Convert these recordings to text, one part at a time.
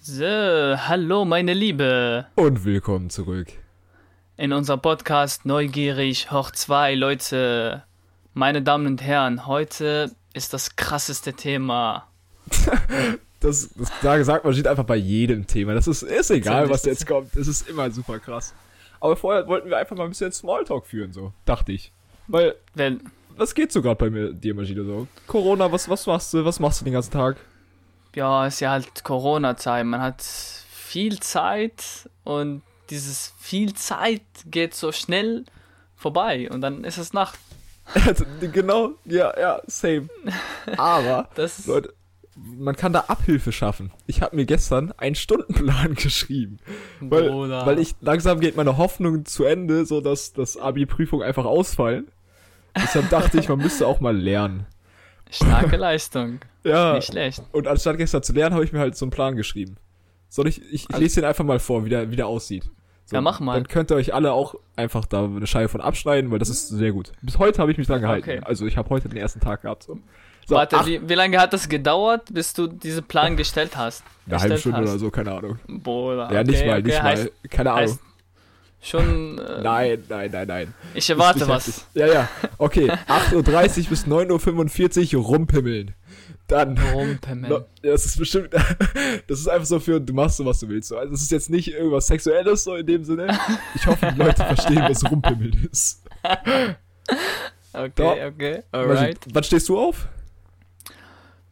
So, hallo meine Liebe. Und willkommen zurück. In unserem Podcast Neugierig Hoch 2, Leute. Meine Damen und Herren, heute ist das krasseste Thema. Das, das da sagt man steht einfach bei jedem Thema. Das ist, ist egal, Ziemlich was jetzt kommt. Es ist immer super krass. Aber vorher wollten wir einfach mal ein bisschen Smalltalk führen, so, dachte ich. Weil, Weil, was geht so gerade bei mir, dir, Maschine, so? Corona, was, was machst du? Was machst du den ganzen Tag? ja, ist ja halt Corona-Zeit. Man hat viel Zeit und dieses viel Zeit geht so schnell vorbei und dann ist es Nacht. Also, genau, ja, ja, same. Aber, Das ist, Leute, man kann da Abhilfe schaffen. Ich habe mir gestern einen Stundenplan geschrieben. Weil, Bruder. weil ich langsam geht meine Hoffnung zu Ende, so dass das Abi-Prüfung einfach ausfallen. Deshalb dachte ich, man müsste auch mal lernen. starke Leistung. Ja. Nicht schlecht. Und anstatt gestern zu lernen, habe ich mir halt so einen Plan geschrieben. Soll ich, ich, ich lese den einfach mal vor, wie der, wie der aussieht. So, Also- Ja, mach mal. Dann könnt ihr euch alle auch einfach da eine Scheibe von abschneiden, weil das ist sehr gut. Bis heute habe ich mich dran gehalten. Okay. Also ich habe heute den ersten Tag gehabt. So, so Warte, acht- wie, wie lange hat das gedauert, bis du diesen Plan gestellt hast? eine halbe Gestellt Stunde hast? oder so, keine Ahnung. Bruder. Ja, nicht okay, mal, okay, nicht mal. heißt- Keine Ahnung. heißt- Schon. Äh, nein, nein, nein, nein. Ich Ist erwarte nicht was. heftig. Ja, ja. Okay, 8.30 Uhr bis 9.45 Uhr rumpimmeln. Dann. Rumpemmen. No, das ist bestimmt. Das ist einfach so für, du machst so, was du willst. So, Also, das ist jetzt nicht irgendwas Sexuelles, so in dem Sinne. Ich hoffe, die Leute verstehen, was rumpimmeln ist. Okay, da- okay. Right. Alright. Wann stehst du auf?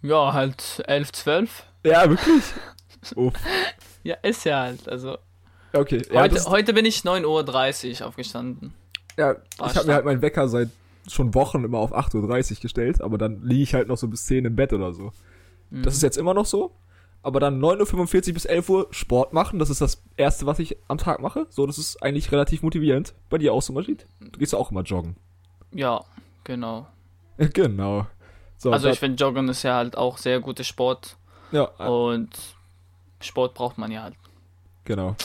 Ja, halt 11, 12. Ja, wirklich? Oh, Ja, ist ja halt. Also, okay. Ja, heute, das, heute bin ich 9.30 Uhr aufgestanden. Oh, ja, ich habe mir halt meinen Wecker seit schon Wochen immer auf 8.30 Uhr gestellt, aber dann liege ich halt noch so bis 10 im Bett oder so. Mhm. Das ist jetzt immer noch so. Aber dann 9.45 Uhr bis 11 Uhr Sport machen, das ist das Erste, was ich am Tag mache. So, das ist eigentlich relativ motivierend. Bei dir auch so, Majid? Du gehst ja auch immer joggen. Ja, genau. Genau. So, Also, da- ich finde, Joggen ist ja halt auch sehr guter Sport. ja, äh, Und Sport braucht man ja halt. genau.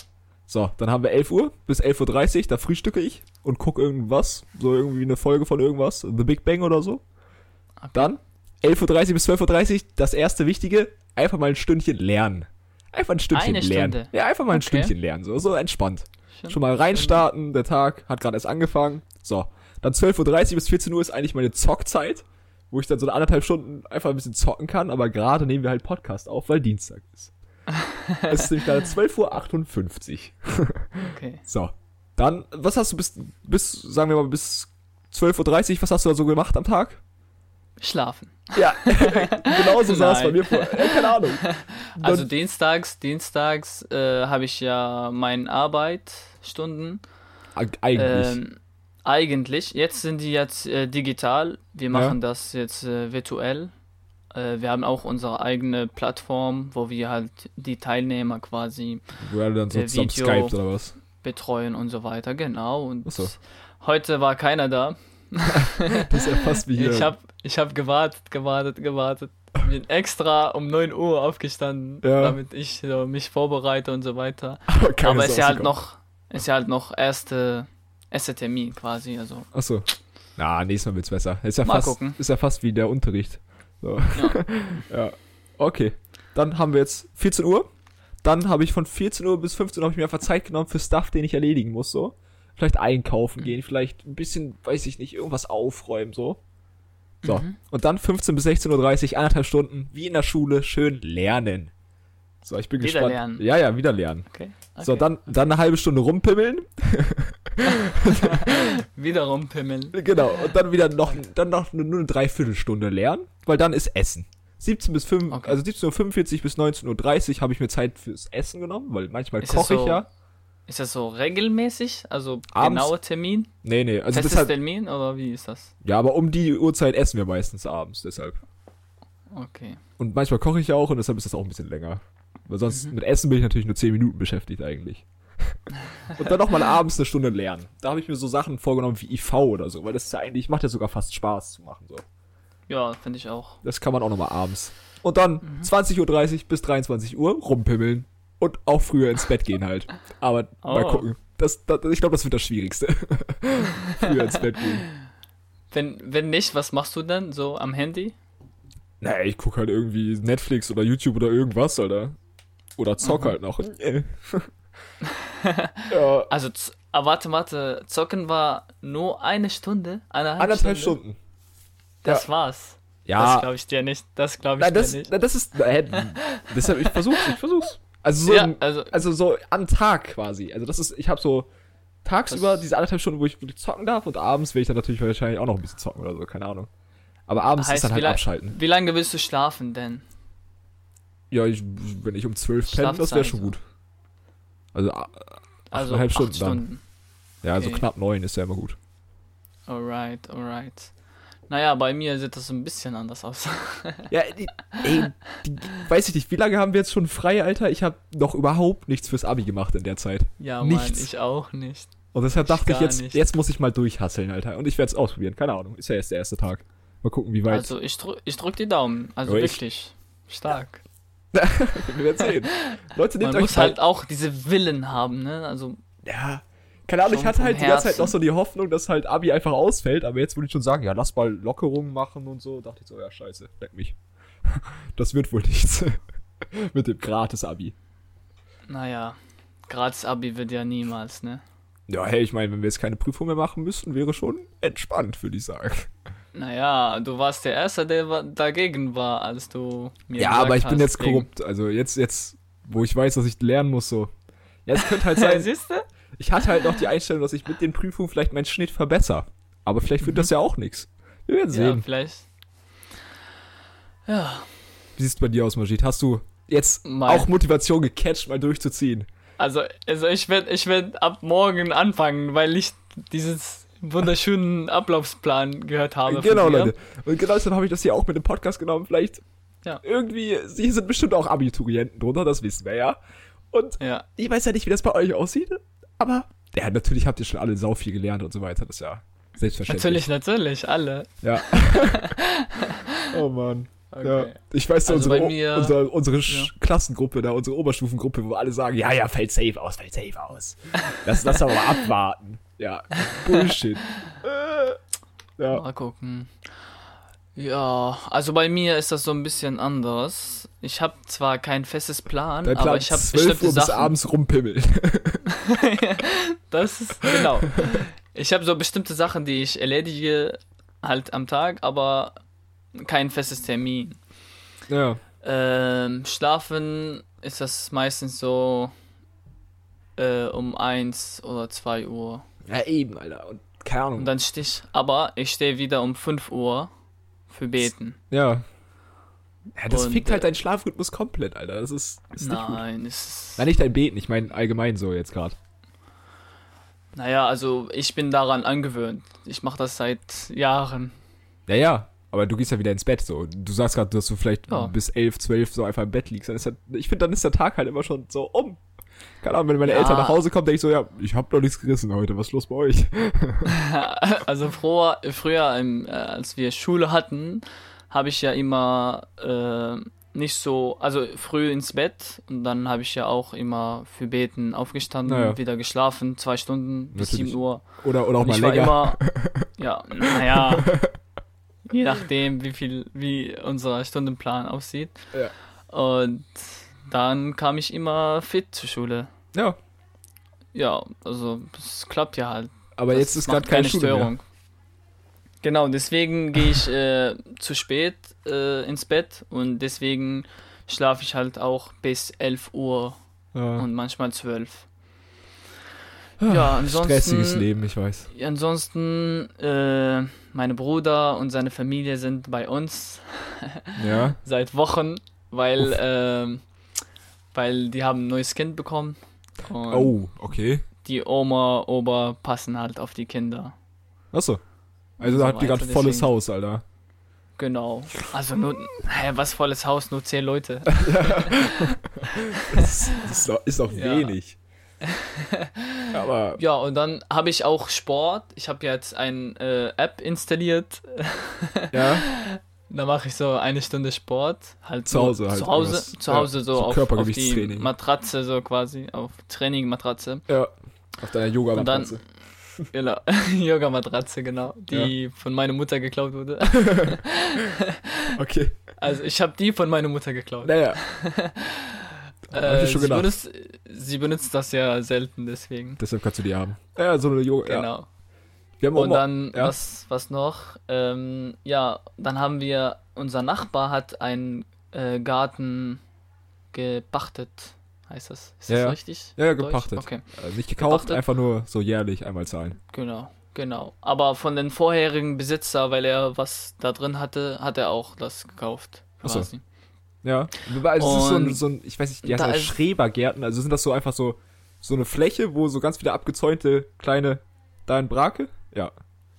So, dann haben wir 11 Uhr bis 11.30 Uhr, da frühstücke ich und gucke irgendwas, so irgendwie eine Folge von irgendwas, The Big Bang oder so. Dann 11.30 Uhr bis 12.30 Uhr, das erste Wichtige, einfach mal ein Stündchen lernen. Einfach ein Stündchen Eine lernen. Stunde. Ja, einfach mal ein Okay. Stündchen lernen, so, so entspannt. Stimmt. Schon mal reinstarten, der Tag hat gerade erst angefangen. So, dann 12.30 Uhr bis 14 Uhr ist eigentlich meine Zockzeit, wo ich dann so eine anderthalb Stunden einfach ein bisschen zocken kann, aber gerade nehmen wir halt Podcast auf, weil Dienstag ist. es ist nämlich gerade 12.58 Uhr. Okay. So, dann, was hast du bis, bis sagen wir mal, bis 12.30 Uhr, was hast du da so gemacht am Tag? Schlafen. Ja, genauso sah es bei Nein. mir vor. Äh, Keine Ahnung. Also, dienstags, dienstags äh, habe ich ja meine Arbeitsstunden. Eig- Eigentlich. Ähm, eigentlich. Jetzt sind die jetzt äh, digital. Wir machen das jetzt äh, virtuell. Äh, wir haben auch unsere eigene Plattform, wo wir halt die Teilnehmer quasi Wo er dann so äh, zusammen Video- Skype oder was? betreuen und so weiter. Genau. Und Ach so. heute war keiner da. Das ist ja fast wie hier. Ich habe ich hab gewartet, gewartet, gewartet. Bin extra um 9 Uhr aufgestanden, Ja. damit ich so, mich vorbereite und so weiter. aber keine Aber es ist Sau ja halt gekommen. noch, ist ja halt noch erste, erste Termin quasi. Also Achso. Na, nächstes Mal wird's besser. Ist ja, Mal fast, gucken. ist ja fast wie der Unterricht. So. Ja. Okay. Dann haben wir jetzt 14 Uhr. Dann habe ich von 14 Uhr bis 15 Uhr habe ich mir einfach Zeit genommen für Stuff, den ich erledigen muss, so. Vielleicht einkaufen gehen, vielleicht ein bisschen, weiß ich nicht, irgendwas aufräumen, so. So. Mhm. Und dann 15 bis 16.30 Uhr, anderthalb Stunden, wie in der Schule, schön lernen. So, ich bin Wieder gespannt. lernen. Ja, ja, wieder lernen. okay. So, Okay. dann, dann eine halbe Stunde rumpimmeln. Wiederum Pimmel. Genau, und dann wieder noch, dann noch nur eine Dreiviertelstunde lernen, weil dann ist Essen. 17 bis 5, Okay. also 17.45 Uhr bis 19.30 Uhr habe ich mir Zeit fürs Essen genommen, weil manchmal Ist das koche ich so ja. Ist das so regelmäßig? Also Abends? genauer Termin? Nee, nee, also Festes deshalb, Termin oder wie ist das? ja, aber um die Uhrzeit essen wir meistens abends, deshalb. Okay. Und manchmal koche ich ja auch und deshalb ist das auch ein bisschen länger. Weil sonst Mhm. mit Essen bin ich natürlich nur 10 Minuten beschäftigt eigentlich. und dann nochmal abends eine Stunde lernen. Da habe ich mir so Sachen vorgenommen wie IV oder so, weil das ist ja eigentlich, macht ja sogar fast Spaß zu machen, so. Ja, finde ich auch. Das kann man auch nochmal abends. Und dann 20.30 Uhr bis 23 Uhr rumpimmeln. Und auch früher ins Bett gehen halt. Aber mal Oh. gucken. Das, das, ich glaube, das wird das Schwierigste. früher ins Bett gehen. Wenn, wenn nicht, was machst du dann so am Handy? Naja, ich gucke halt irgendwie Netflix oder YouTube oder irgendwas, Alter. Oder zock halt noch. ja. Also, z- ah, warte, warte. Zocken war nur eine Stunde? Eineinhalb, Anderthalb Stunden. Ah. Das war's. Das glaube ich dir nicht. Das glaube ich Nein, dir das, nicht. nein, das ist. Äh, deshalb, ich versuch's, ich versuch's. Also so, Ja, im, also, also- so am Tag quasi. Also das ist, ich habe so tagsüber Das- diese anderthalb Stunden, wo ich wirklich zocken darf und abends will ich dann natürlich wahrscheinlich auch noch ein bisschen zocken oder so, keine Ahnung. Aber abends ist Heißt, dann halt wie la- abschalten. Wie lange willst du schlafen denn? Ja, ich, wenn ich um zwölf penne, das wäre Schlafzeit, schon so. gut. Also, a- Also Achteinhalb acht Stunden Stunden. dann. ja, so Okay. knapp neun ist ja immer gut. Alright, alright. Naja, bei mir sieht das ein bisschen anders aus. Ja, die, ey, die, weiß ich nicht, wie lange haben wir jetzt schon frei, Alter? Ich habe noch überhaupt nichts fürs Abi gemacht in der Zeit. ja, Nichts. Mann, ich auch nicht. Und deshalb dachte Ich ich, gar jetzt, nicht. jetzt muss ich mal durchhasseln, Alter. Und ich werde es ausprobieren. Keine Ahnung. Ist ja erst der erste Tag. Mal gucken, wie weit. Also ich, drück, ich drück die Daumen. Also Aber ich- wirklich. Stark. wir werden sehen. Leute, Also, nehmt Man euch muss Zeit. halt auch diese Willen haben, ne? Also, Ja. Keine Ahnung, ich Schon hatte vom halt die ganze Zeit Herzen. noch so die Hoffnung, dass halt Abi einfach ausfällt. Aber jetzt würde ich schon sagen, ja, lass mal Lockerungen machen und so. Dachte ich so, ja, scheiße, leck mich. Das wird wohl nichts. Mit dem Gratis-Abi. naja, Graz-Abi wird ja niemals, ne? Ja, hey, ich meine, wenn wir jetzt keine Prüfung mehr machen müssten, wäre schon entspannt, würde ich sagen. Naja, du warst der Erste, der wa- dagegen war, als du mir Ja, gesagt aber ich hast, bin jetzt wegen- korrupt. Also jetzt, jetzt, wo ich weiß, dass ich lernen muss, so. Ja, es könnte halt Ja, sein, siehst du? Ich hatte halt noch die Einstellung, dass ich mit den Prüfungen vielleicht meinen Schnitt verbessere. Aber vielleicht wird das ja auch nichts. Wir werden Mhm. Ja, sehen. vielleicht. Ja, Wie sieht's bei dir aus, Majid? Hast du jetzt Mal. auch Motivation gecatcht, mal durchzuziehen? also, also ich werde ich werd ab morgen anfangen, weil ich dieses wunderschönen Ablaufsplan gehört habe. von genau, dir. Leute. Und genau deshalb habe ich das hier auch mit dem Podcast genommen. Vielleicht Ja. irgendwie, hier sind bestimmt auch Abiturienten drunter, das wissen wir ja. Und Ja, ich weiß ja nicht, wie das bei euch aussieht, aber ja, natürlich habt ihr schon alle sau viel gelernt und so weiter. Das ist ja selbstverständlich. natürlich, natürlich, alle. Ja. oh Mann. Ja, Okay. ich weiß, Also unsere, bei mir- unsere, unsere Sch- Klassengruppe, da, unsere Oberstufengruppe, wo alle sagen, ja, ja, fällt safe aus, fällt safe aus. Lass das aber mal abwarten. Ja, Bullshit. Äh, ja, Mal gucken. Ja, also bei mir ist das so ein bisschen anders. Ich habe zwar kein festes Plan, dein aber Plan ich habe 12 bestimmte Uhr bis Sachen. abends rumpimmeln. Das ist genau. Ich habe so bestimmte Sachen, die ich erledige halt am Tag, aber kein festes Termin. ja. Ähm, schlafen ist das meistens so äh, um 1 oder 2 Uhr. ja, eben, Alter. Und keine Ahnung. Und dann stehe ich, aber ich stehe wieder um 5 Uhr für Beten. ja. Ja, das Und, fickt halt äh, deinen Schlafrhythmus komplett, Alter. Das ist, ist nicht gut. Nein, es ist Nein, nicht dein Beten, ich meine allgemein so jetzt gerade. Naja, also ich bin daran angewöhnt. Ich mache das seit Jahren. Ja, ja. Aber du gehst ja wieder ins Bett so. Du sagst gerade, dass du vielleicht Ja. bis elf, zwölf so einfach im Bett liegst. Dann ist halt, ich finde, dann ist der Tag halt immer schon so um. Keine Ahnung, wenn meine Ja. Eltern nach Hause kommen, denke ich so, ja, ich hab doch nichts gerissen heute. Was ist los bei euch? Also früher, früher im, äh, als wir Schule hatten, habe ich ja immer äh, nicht so, also früh ins Bett und dann habe ich ja auch immer für Beten aufgestanden, Naja. wieder geschlafen, zwei Stunden bis Natürlich. 7 Uhr. Oder, oder auch Und mal ich war länger. immer, ja, naja, je nachdem, wie viel, wie unser Stundenplan aussieht. Ja. Und dann kam ich immer fit zur Schule. ja. ja, also es klappt ja halt. Aber Das jetzt ist macht gerade keine, Schule Störung. Mehr. Genau, deswegen gehe ich äh, zu spät äh, ins Bett und deswegen schlafe ich halt auch bis 11 Uhr Ja. Ah, und manchmal 12. Ja, ansonsten, Stressiges Leben, ich weiß. ansonsten äh, meine Bruder und seine Familie sind bei uns Ja. seit Wochen, weil, ähm, weil die haben ein neues Kind bekommen. Und Oh, okay. die Oma, Opa passen halt auf die Kinder. Achso. Also So da habt ihr gerade weiter, volles deswegen- Haus, Alter. Genau. Also nur, hä, was volles Haus, nur zehn Leute. Das ist doch, ist doch Ja. wenig. Aber Ja, und dann habe ich auch Sport. Ich habe jetzt eine äh, App installiert. ja. Da mache ich so eine Stunde Sport. Halt Zu nur- Hause halt Zu Hause, irgendwas. zu Ja, Hause so, so auf, auf die Körpergewichtstraining. Matratze, so quasi. Auf Training, Matratze. Ja. Auf deiner Yoga-Matratze. Genau. Yoga-Matratze, genau. Die von meiner Mutter geklaut wurde. Okay. Also ich habe die von meiner Mutter geklaut. Naja. Hab Äh, ich schon sie, gedacht. benutzt, sie benutzt das ja selten, deswegen. Deshalb kannst du die haben. Ja, so eine Yoga. Ja. Genau. Wir haben Und auch mal- dann, ja. was, was noch? Ähm, ja, dann haben wir, unser Nachbar hat einen äh, Garten gepachtet, heißt das. Ist Ja, das ja. richtig? Ja, ja, Deutsch? gepachtet. Okay, äh, nicht gekauft, gepachtet. einfach nur so jährlich einmal zahlen. genau, genau. Aber von den vorherigen Besitzer, weil er was da drin hatte, hat er auch das gekauft. Ach so. quasi. Ja. Wobei, also es ist so ein, Und so ein, ich weiß nicht, die da heißen ja ist- Schrebergärten. Also sind das so einfach so, so eine Fläche, wo so ganz viele abgezäunte kleine, dein Brake? Ja.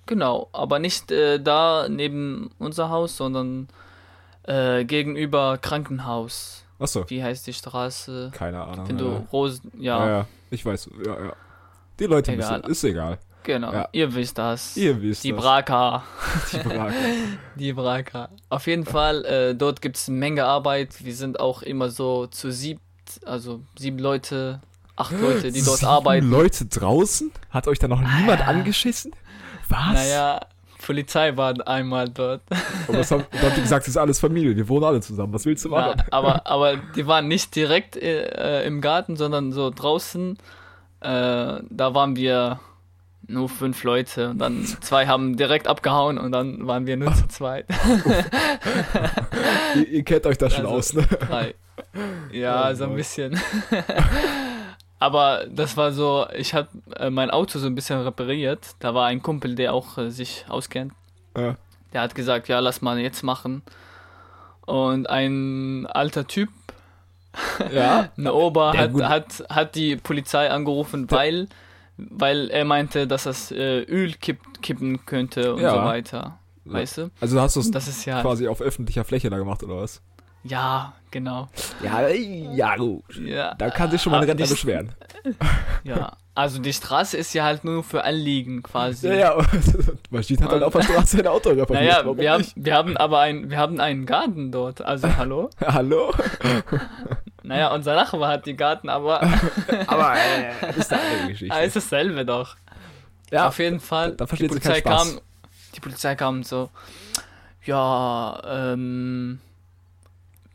Genau, aber nicht äh, da neben unser Haus, sondern äh, gegenüber Krankenhaus. Achso. Wie heißt die Straße? Keine Ahnung. Wenn ja. du Rosen. Ja. Ja, ja, ich weiß. Ja, ja. Die Leute Egal. wissen, ist egal. genau. Ja. Ihr wisst das. Ihr wisst die das. Braka. Die Brake. Die Braka. Auf jeden Fall, äh, dort gibt es eine Menge Arbeit. Wir sind auch immer so zu siebt, also sieben Leute, acht Leute, die dort Sieben arbeiten. Leute draußen? Hat euch da noch niemand ja. angeschissen? Was? Naja, Polizei war einmal dort. Und was haben, dann habt ihr gesagt, es ist alles Familie, wir wohnen alle zusammen. Was willst du Na, machen? aber, aber die waren nicht direkt äh, äh, im Garten, sondern so draußen. Äh, da waren wir nur fünf Leute und dann zwei haben direkt abgehauen und dann waren wir nur zu zweit. Ihr, ihr kennt euch da schon Also- aus, ne? Drei. Ja, Oh so ein Gott. bisschen. Aber das war so, ich habe äh, mein Auto so ein bisschen repariert. Da war ein Kumpel, der auch äh, sich auskennt. Ja. Der hat gesagt, ja, lass mal jetzt machen. Und ein alter Typ, Ja. ein Ober, Der hat, gut- hat, hat die Polizei angerufen, weil, weil er meinte, dass das äh, Öl kipp, kippen könnte und Ja. so weiter. Weißt du? Also hast du es Das ist ja. quasi auf öffentlicher Fläche da gemacht, oder was? Ja, genau. Ja, ja, du. Ja. Da kann sich schon mal ein Ah, Rentner die- beschweren. Ja, also die Straße ist ja halt nur für Anliegen quasi. Ja, ja. Maschid hat halt auf der Straße ein Auto repariert. Naja, warum wir haben, nicht? wir haben aber ein, wir haben einen Garten dort. Also hallo? Hallo? Naja, unser Nachbar hat den Garten, aber Aber äh, das ist eine andere Geschichte. es ist dasselbe doch. ja, Auf jeden Fall. da- da versteht die sie keinen Polizei Spaß. kam. Die Polizei kam und so. Ja, ähm.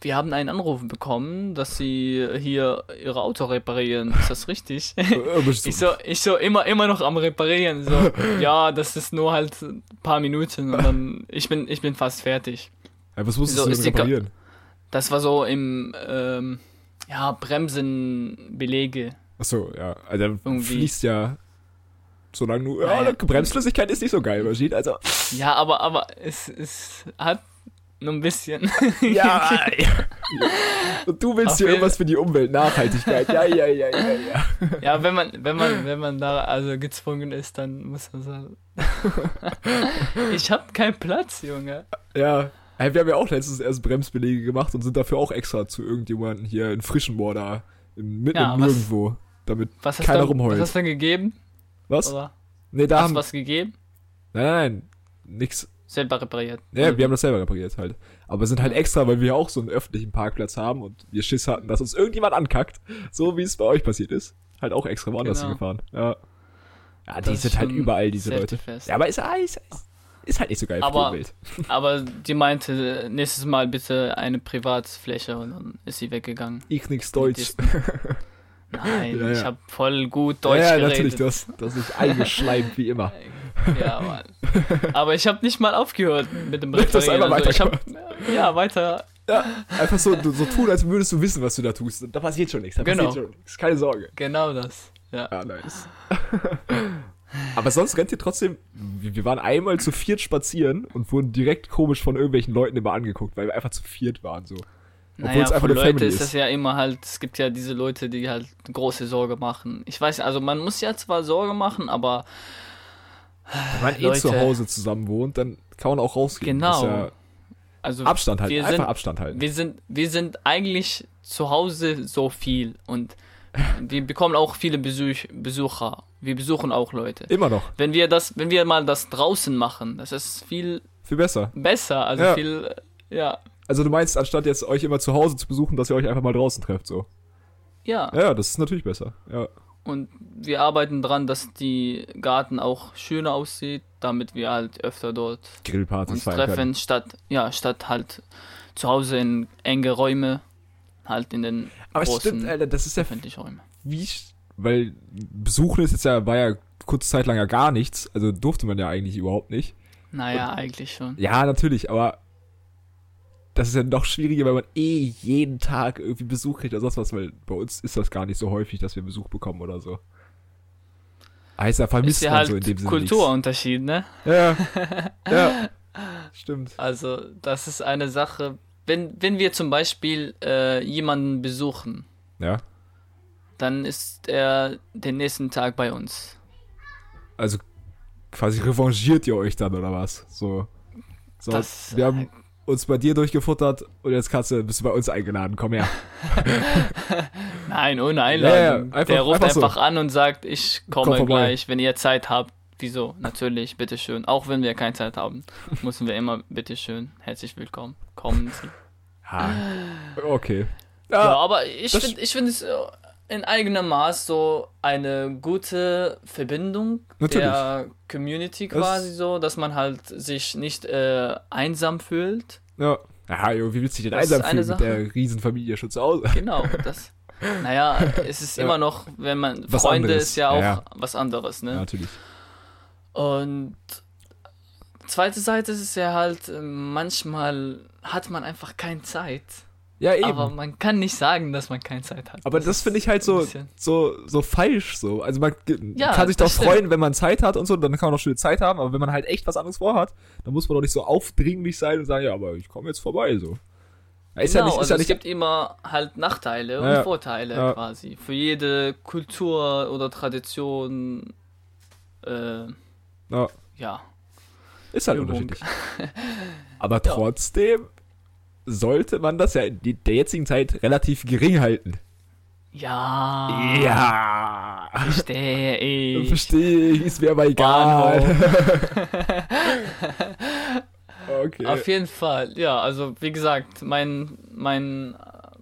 Wir haben einen Anruf bekommen, dass sie hier ihre Auto reparieren. Ist das richtig? äh, bist du- Ich so, ich so immer, immer noch am Reparieren. So, ja, das ist nur halt ein paar Minuten und dann, ich bin, ich bin fast fertig. Ja, was musstest so du ist denn die Ka- reparieren? Das war so im, ähm, ja, Bremsenbelege. Achso, ja. Also dann Irgendwie. fließt ja so lange nur. Ja, Naja. Bremsflüssigkeit ist nicht so geil, Maschid. Also. Ja, aber, aber es, es hat nur ein bisschen. Ja, ja. Und du willst Auf hier jeden- irgendwas für die Umwelt, Nachhaltigkeit. Ja, ja, ja, ja, ja. ja, wenn man, wenn man, wenn man da also gezwungen ist, dann muss man sagen. ich hab keinen Platz, Junge. Ja. Hey, wir haben ja auch letztens erst Bremsbelege gemacht und sind dafür auch extra zu irgendjemandem hier in Frischenmoor da, in, mitten Ja, im was- Nirgendwo. Damit. Was hast Keiner du rumheult. Was hast du gegeben? Was? Oder Nee, da hast du haben. Also, was gegeben? Nein, nein, nix. Selber repariert. Ja, wir haben das selber repariert halt. Aber sind halt extra, weil wir auch so einen öffentlichen Parkplatz haben und wir Schiss hatten, dass uns irgendjemand ankackt. So wie es bei euch passiert ist. Halt auch extra woanders Genau. hingefahren. Ja. Ja, die Das sind ist halt schon überall, diese safety Leute. fest. Ja, aber ist, ist, ist halt nicht so geil für die Aber- Umwelt. Aber die meinte, nächstes Mal bitte eine Privatfläche und dann ist sie weggegangen. Ich nix Deutsch. Nein, Ja, ja. ich habe voll gut Deutsch ja, ja, natürlich, geredet. du hast, du hast dich eingeschleimt wie immer. Ja, Mann. Aber ich habe nicht mal aufgehört mit dem Du hast Referieren. einfach Also ich hab, ja, weiter. Ja, einfach so, so tun, als würdest du wissen, was du da tust. Da passiert schon nichts. Da Genau. passiert schon nichts. Keine Sorge. Genau das. Ja. Ja, nice. Aber sonst rennt ihr trotzdem. Wir wir waren einmal zu viert spazieren und wurden direkt komisch von irgendwelchen Leuten immer angeguckt, weil wir einfach zu viert waren. So. Naja, es einfach für eine Leute Family ist ist. das ja immer halt, es gibt ja diese Leute, die halt große Sorge machen. Ich weiß, also man muss ja zwar Sorge machen, aber Wenn man eh Leute. zu Hause zusammen wohnt, dann kann man auch rausgehen. Genau. Das ist also ja Abstand halten. Wir einfach sind- Abstand halten. wir sind, wir sind eigentlich zu Hause so viel und wir bekommen auch viele Besuch, Besucher. Wir besuchen auch Leute. Immer noch. Wenn wir das, wenn wir mal das draußen machen, das ist viel Viel besser. besser, also Ja. viel, äh, ja, Also du meinst, anstatt jetzt euch immer zu Hause zu besuchen, dass ihr euch einfach mal draußen trefft, so. ja. Ja, das ist natürlich besser. Ja. Und wir arbeiten dran, dass die Garten auch schöner aussieht, damit wir halt öfter dort Grillpartys uns feiern können. treffen, statt, ja, statt halt zu Hause in enge Räume. halt in den Aber es großen stimmt, äh, Alter, das ist ja öffentlichen Räumen. wie, sch- weil besuchen ist jetzt ja, war ja kurze Zeit lang ja gar nichts, also durfte man ja eigentlich überhaupt nicht. Naja, eigentlich schon. Ja, natürlich, aber das ist ja noch schwieriger, weil man eh jeden Tag irgendwie Besuch kriegt oder sonst was, weil bei uns ist das gar nicht so häufig, dass wir Besuch bekommen oder so. Heißt, da vermisst Ist ja man halt so in dem Sinne Kulturunterschied, ne? nichts. Ja, ja, stimmt. Also, das ist eine Sache. Wenn, wenn wir zum Beispiel äh, jemanden besuchen, Ja, dann ist er den nächsten Tag bei uns. also quasi revanchiert ihr euch dann oder was? So, so Das- äh, wir haben uns bei dir durchgefuttert und jetzt kannst du, bist du bei uns eingeladen, komm her. Nein, ohne Einladung. Ja, ja, einfach- Der ruft einfach so. einfach an und sagt, ich komme Komm vorbei. gleich, wenn ihr Zeit habt. Wieso? Natürlich, bitteschön. Auch wenn wir keine Zeit haben, müssen wir immer, bitteschön, herzlich willkommen. Kommen Sie. Ha. Okay. Ja, Ja, aber ich das- finde ich find es äh, in eigenem Maß so eine gute Verbindung der Community Das- quasi so, dass man halt sich nicht äh, einsam fühlt. ja. Ja, jo, wie willst du dich denn Das ist einsam eine fühlen mit Sache. der Riesenfamilie schon zu Hause? Genau, das. Naja, es ist Ja. immer noch, wenn man Was Freunde anderes, ist ja auch ja. was anderes, ne? Ja, natürlich. Und zweite Seite ist es ja halt, äh, manchmal hat man einfach keine Zeit. Ja, eben. Aber Aber, man kann nicht sagen, dass man keine Zeit hat. das, ist finde ich halt ein so, bisschen- so, so falsch so. Also man ge- Ja, kann sich doch das stimmt. freuen, wenn man Zeit hat und so, dann kann man auch schöne Zeit haben, aber wenn man halt echt was anderes vorhat, dann muss man doch nicht so aufdringlich sein und sagen, ja, aber ich komme jetzt vorbei so. Ja, Ist genau, ja nicht, ist also ja es nicht gibt immer halt Nachteile Ja, und Vorteile ja. quasi. Für jede Kultur oder Tradition, äh, ja, ja. ist halt Übung. unterschiedlich. Aber trotzdem sollte man das ja in die- der jetzigen Zeit relativ gering halten. Ja, Ah. Ja. verstehe ich. Verstehe ich, ist mir aber egal. Bahnhof. Okay. Auf jeden Fall, ja, also wie gesagt, mein, mein, äh,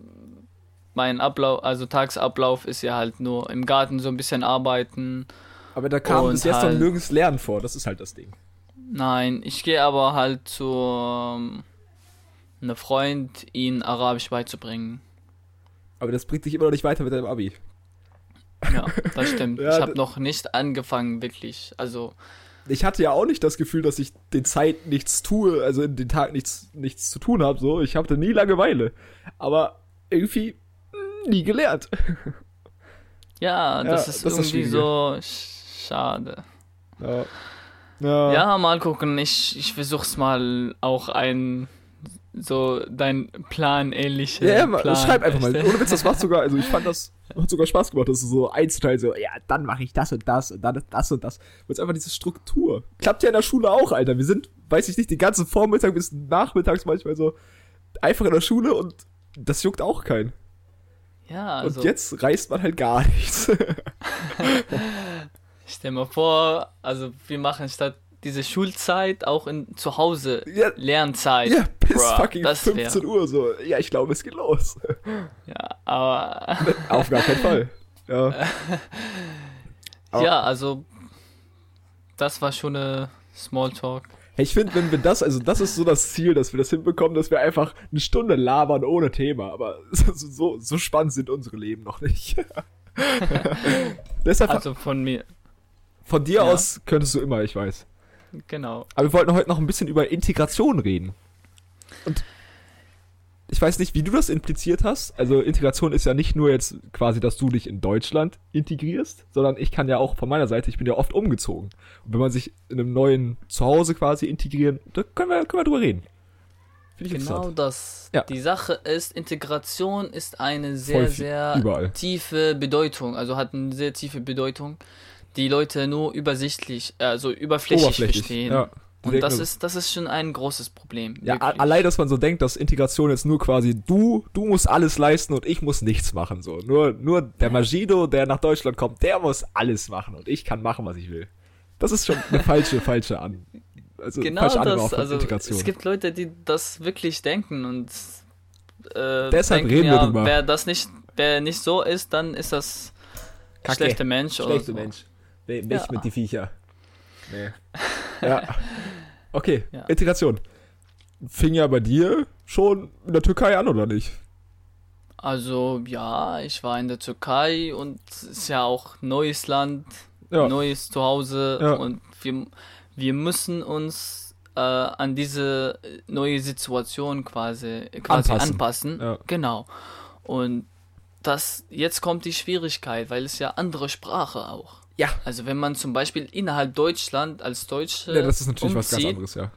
mein Ablauf, also Tagsablauf ist ja halt nur im Garten so ein bisschen arbeiten. Aber da kam Und bis jetzt noch halt- nirgends Lernen vor, das ist halt das Ding. Nein, ich gehe aber halt zu ähm, einem Freund, ihn Arabisch beizubringen. Aber das bringt dich immer noch nicht weiter mit deinem Abi. Ja, das stimmt. Ja, ich d- habe noch nicht angefangen, wirklich. Also, Ich hatte ja auch nicht das Gefühl, dass ich den Zeit nichts tue, also in den Tag nichts, nichts zu tun habe. So, ich hatte nie Langeweile. Aber irgendwie mh, nie gelernt. ja, das Ja, ist das ist irgendwie schwierig. so sch- schade. Ja. Ja, mal gucken. Ich, ich versuch's mal auch ein so dein Plan ähnlicher. Ja, ja, ma- Plan, schreib einfach mal. weißt du? Ohne Witz, das macht sogar, also ich fand das, hat sogar Spaß gemacht, das ist so einzuteilen, so, ja, dann mache ich das und das und dann das und das. Weil es einfach diese Struktur. Klappt ja in der Schule auch, Alter. Wir sind, weiß ich nicht, den ganzen Vormittag bis nachmittags manchmal so einfach in der Schule und das juckt auch keinen. Ja, also und jetzt reißt man halt gar nichts. stell mal vor, also wir machen statt diese Schulzeit auch in zu Hause ja, Lernzeit. ja, bis Bruh, fucking das wär- 15 Uhr so. Ja, ich glaube, es geht los. Ja, aber Auf gar keinen Fall. Ja. Aber- ja, also das war schon eine Smalltalk. Hey, Ich finde, wenn wir das, also das ist so das Ziel, dass wir das hinbekommen, dass wir einfach eine Stunde labern ohne Thema. Aber so, so, so spannend sind unsere Leben noch nicht. Deshalb Also von mir, von dir ja. aus könntest du immer, ich weiß. genau. Aber wir wollten heute noch ein bisschen über Integration reden. Und ich weiß nicht, wie du das impliziert hast. Also Integration ist ja nicht nur jetzt quasi, dass du dich in Deutschland integrierst, sondern ich kann ja auch von meiner Seite, ich bin ja oft umgezogen. Und wenn man sich in einem neuen Zuhause quasi integrieren, da können wir, können wir drüber reden. Finde ich Genau interessant. das. Ja. Die Sache ist, Integration ist eine sehr, Voll viel- sehr überall. tiefe Bedeutung. Also hat eine sehr tiefe Bedeutung, die Leute nur übersichtlich, also überflächlich, verstehen. Ja. Und Direkt das nur- ist, das ist schon ein großes Problem. ja, a- wirklich. allein, dass man so denkt, dass Integration jetzt nur quasi du, du musst alles leisten und ich muss nichts machen. So. Nur, nur der Magido, der nach Deutschland kommt, der muss alles machen und ich kann machen, was ich will. Das ist schon eine falsche, falsche An. Also genau falsche Annahme das. von Also Integration. es gibt Leute, die das wirklich denken und äh, Deshalb denken, reden wir ja, drüber. Wer das nicht, wer nicht so ist, dann ist das Kacke. schlechter Mensch. oder so. Nee, nicht Ja. die Viecher. Nee. Ja. Okay, Ja. Integration. Fing ja bei dir schon in der Türkei an, oder nicht? Also ja, ich war in der Türkei und es ist ja auch neues Land, Ja. neues Zuhause Ja. und wir, wir müssen uns äh, an diese neue Situation quasi, quasi Anpassen. anpassen. Ja. Genau. Und das jetzt kommt die Schwierigkeit, weil es ja andere Sprache auch. Ja. Also wenn man zum Beispiel innerhalb Deutschland als Deutsche Ja, das ist natürlich was ganz umzieht, anderes, ja.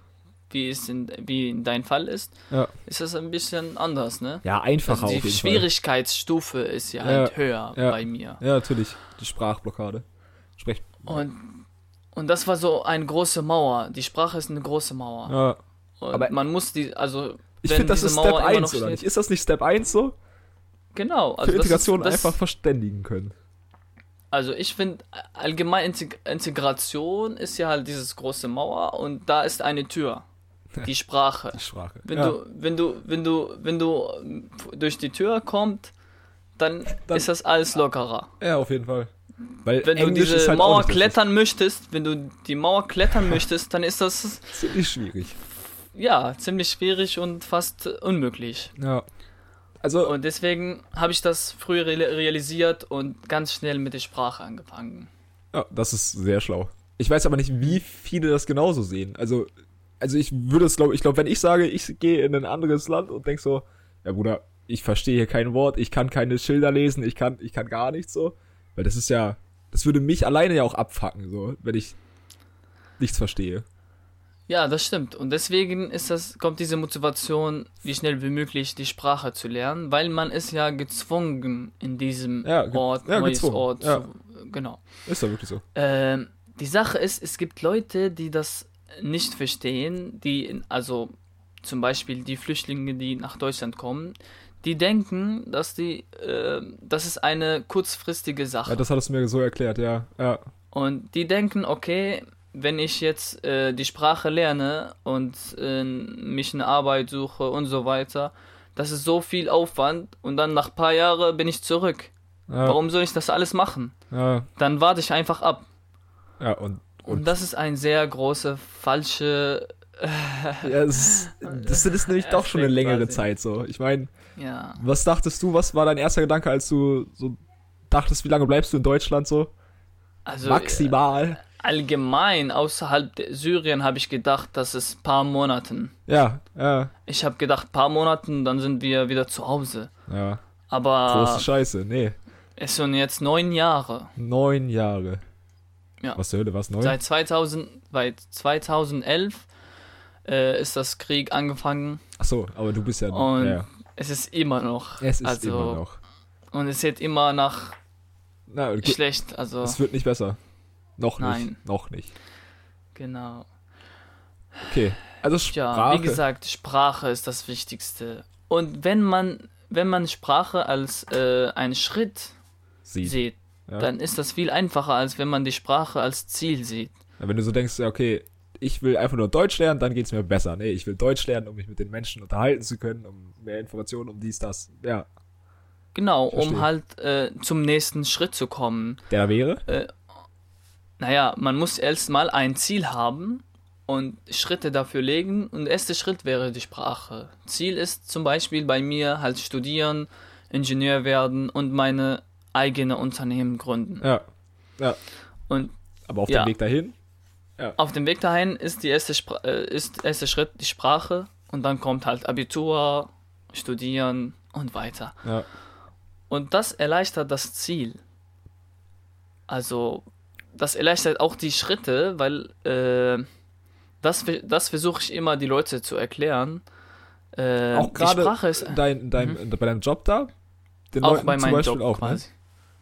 wie es in, wie in dein Fall ist, Ja, ist das ein bisschen anders, ne? ja einfacher Also auf die jeden Schwierigkeitsstufe ist ja halt Ja, höher ja. bei mir. Fall. Ja, natürlich. Die Sprachblockade. Sprech. Und, und das war so eine große Mauer. Die Sprache ist eine große Mauer. Ja. Und aber- man muss die, also Ich Ah. wenn finde, das diese ist Mauer Step immer 1, noch oder steht- nicht? Ist das nicht Step 1 so? Genau, also Für das ist- Integration das, einfach verständigen können. Also ich finde allgemein Integ Integration ist ja halt dieses große Mauer und da ist eine Tür, die Sprache. Die Sprache. Wenn ja. du wenn du wenn du wenn du ähm, durch die Tür kommst, dann, Dann- ist das alles lockerer. ja, auf jeden Fall. Weil Wenn Englisch du diese ist halt Mauer auch nicht klettern möchtest, wenn du die Mauer klettern möchtest, dann ist das Das ziemlich schwierig. ja ziemlich schwierig und fast unmöglich. Ja. Also, Und deswegen habe ich das früh real- realisiert und ganz schnell mit der Sprache angefangen. ja, das ist sehr schlau. Ich weiß aber nicht, wie viele das genauso sehen. Also, also ich würde es, glaube ich, glaube, wenn ich sage, ich gehe in ein anderes Land und denk so, ja Bruder, ich verstehe hier kein Wort, ich kann keine Schilder lesen, ich kann, ich kann gar nichts so. Weil das ist ja, das würde mich alleine ja auch abfacken, so, wenn ich nichts verstehe. Ja, das stimmt. Und deswegen ist das, kommt diese Motivation, wie schnell wie möglich die Sprache zu lernen, weil man ist ja gezwungen in diesem Ja, ge- Ort, ja, neues gezwungen. Ort. Ja. Zu, genau. Ist doch wirklich so. Ähm, die Sache ist, es gibt Leute, die das nicht verstehen, die, in, also zum Beispiel die Flüchtlinge, die nach Deutschland kommen, die denken, dass die, äh, das ist eine kurzfristige Sache. Ja, das hattest du mir so erklärt, ja. Ja, Und die denken, okay, wenn ich jetzt äh, die Sprache lerne und äh, mich eine Arbeit suche und so weiter, das ist so viel Aufwand und dann nach ein paar Jahren bin ich zurück. ja, Warum soll ich das alles machen? ja, Dann warte ich einfach ab. ja und, Und das ist ein sehr große falsche, ja, das, das ist nämlich doch schon eine Aspekt längere quasi. Zeit so. Ich meine, ja. Was dachtest du, was war dein erster Gedanke, als du so dachtest, wie lange bleibst du in Deutschland so? Also äh, Maximal. allgemein außerhalb der- Syrien habe ich gedacht, dass es ein paar Monaten. Ja, ja. Ich habe gedacht, paar Monaten, dann sind wir wieder zu Hause. Ja, große Aber Scheiße. Nee, es sind jetzt neun Jahre. neun Jahre. Ja. Was zur Hölle, was neun? Seit 2000, seit 2011 äh, ist das Krieg angefangen. Achso, aber du bist ja. Und ja, ja. es ist immer noch. Es ist also, immer noch. Und es sieht immer nach Na, okay. schlecht. Also, Es wird nicht besser. Noch Nein. nicht. Noch nicht. genau. Okay. Also Ja, Sprache. wie gesagt, Sprache ist das Wichtigste. Und wenn man, wenn man Sprache als äh, einen Schritt sieht. sieht, Ja. dann ist das viel einfacher, als wenn man die Sprache als Ziel sieht. Ja, Wenn du so denkst, ja, okay, ich will einfach nur Deutsch lernen, dann geht's mir besser. Nee, ich will Deutsch lernen, um mich mit den Menschen unterhalten zu können, um mehr Informationen, um dies, das. Ja. Genau, um Verstehe. halt äh, zum nächsten Schritt zu kommen. Der wäre? Naja, man muss erstmal ein Ziel haben und Schritte dafür legen. Und der erste Schritt wäre die Sprache. Ziel ist zum Beispiel bei mir halt studieren, Ingenieur werden und meine eigene Unternehmen gründen. Ja. Und Aber auf Ja. dem Weg dahin? auf dem Weg dahin ist die erste Spra äh, ist erste Schritt die Sprache und dann kommt halt Abitur, studieren und weiter. Ja. Und das erleichtert das Ziel. Also, das erleichtert auch die Schritte, weil äh, das, ver- das versuche ich immer, die Leute zu erklären. Äh, auch die gerade Sprache ist dein, dein, bei deinem Job da? Den auch Leuten bei zum meinem Beispiel Job auch, ne? quasi.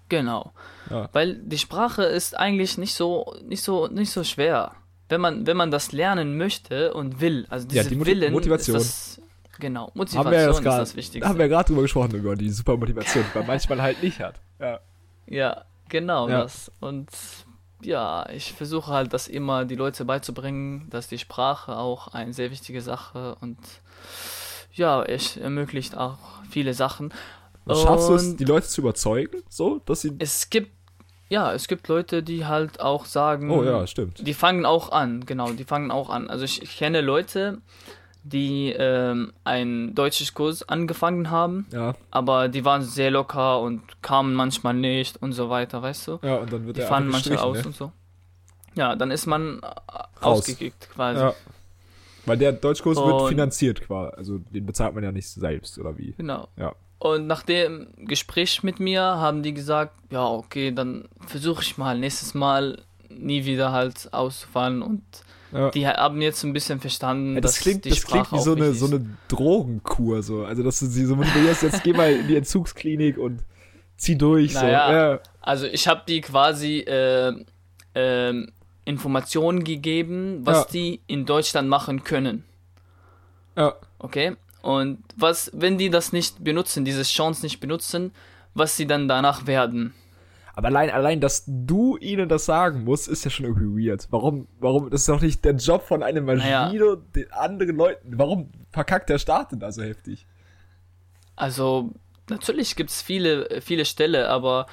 Genau. Ja. Weil die Sprache ist eigentlich nicht so, nicht so, nicht so schwer. Wenn man, wenn man das lernen möchte und will, also Ja, diese die Moti- Willen Motivation. ist das, genau, Motivation Haben wir ja das ist gerade- das Wichtigste. Haben wir gerade drüber gesprochen, über die super Motivation, die man manchmal halt nicht hat. Ja. Ja, genau Ja. das. Und ja, ich versuche halt, das immer die Leute beizubringen, dass die Sprache auch eine sehr wichtige Sache und ja, es ermöglicht auch viele Sachen. Und schaffst du es, Und- die Leute zu überzeugen, so, dass sie. Es gibt, ja, es gibt Leute, die halt auch sagen, Oh ja, stimmt. die fangen auch an, genau, die fangen auch an. Also ich, ich kenne Leute, die ähm, einen deutsches Kurs angefangen haben, Ja, aber die waren sehr locker und kamen manchmal nicht und so weiter, weißt du? ja, und dann wird Die der fahren einfach manchmal aus gestrichen, ne? und so. Ja, dann ist man äh, ausgekickt quasi. Ja. Weil der Deutschkurs wird Und- finanziert quasi. Also den bezahlt man ja nicht selbst, oder wie? Genau. Ja. Und nach dem Gespräch mit mir haben die gesagt, ja, okay, dann versuche ich mal nächstes Mal nie wieder halt auszufallen. Und Ja. die haben jetzt ein bisschen verstanden, Ja, das dass klingt, die das Sprache klingt wie so auch eine, wichtig so eine Drogenkur. So. Also, dass du sie so motivierst, jetzt geh mal in die Entzugsklinik und zieh durch. so. Naja. Ja. ist. Also ich habe die quasi ähm, ähm, Informationen gegeben, was Ja. die in Deutschland machen können. Ja. Okay? Und was, wenn die das nicht benutzen, diese Chance nicht benutzen, was sie dann danach werden. Aber allein, allein, dass du ihnen das sagen musst, ist ja schon irgendwie weird. Warum, warum, das ist doch nicht der Job von einem Naja. Maschine, den anderen Leuten. Warum verkackt der Staat denn da so heftig? Also natürlich gibt es viele, viele Ställe, aber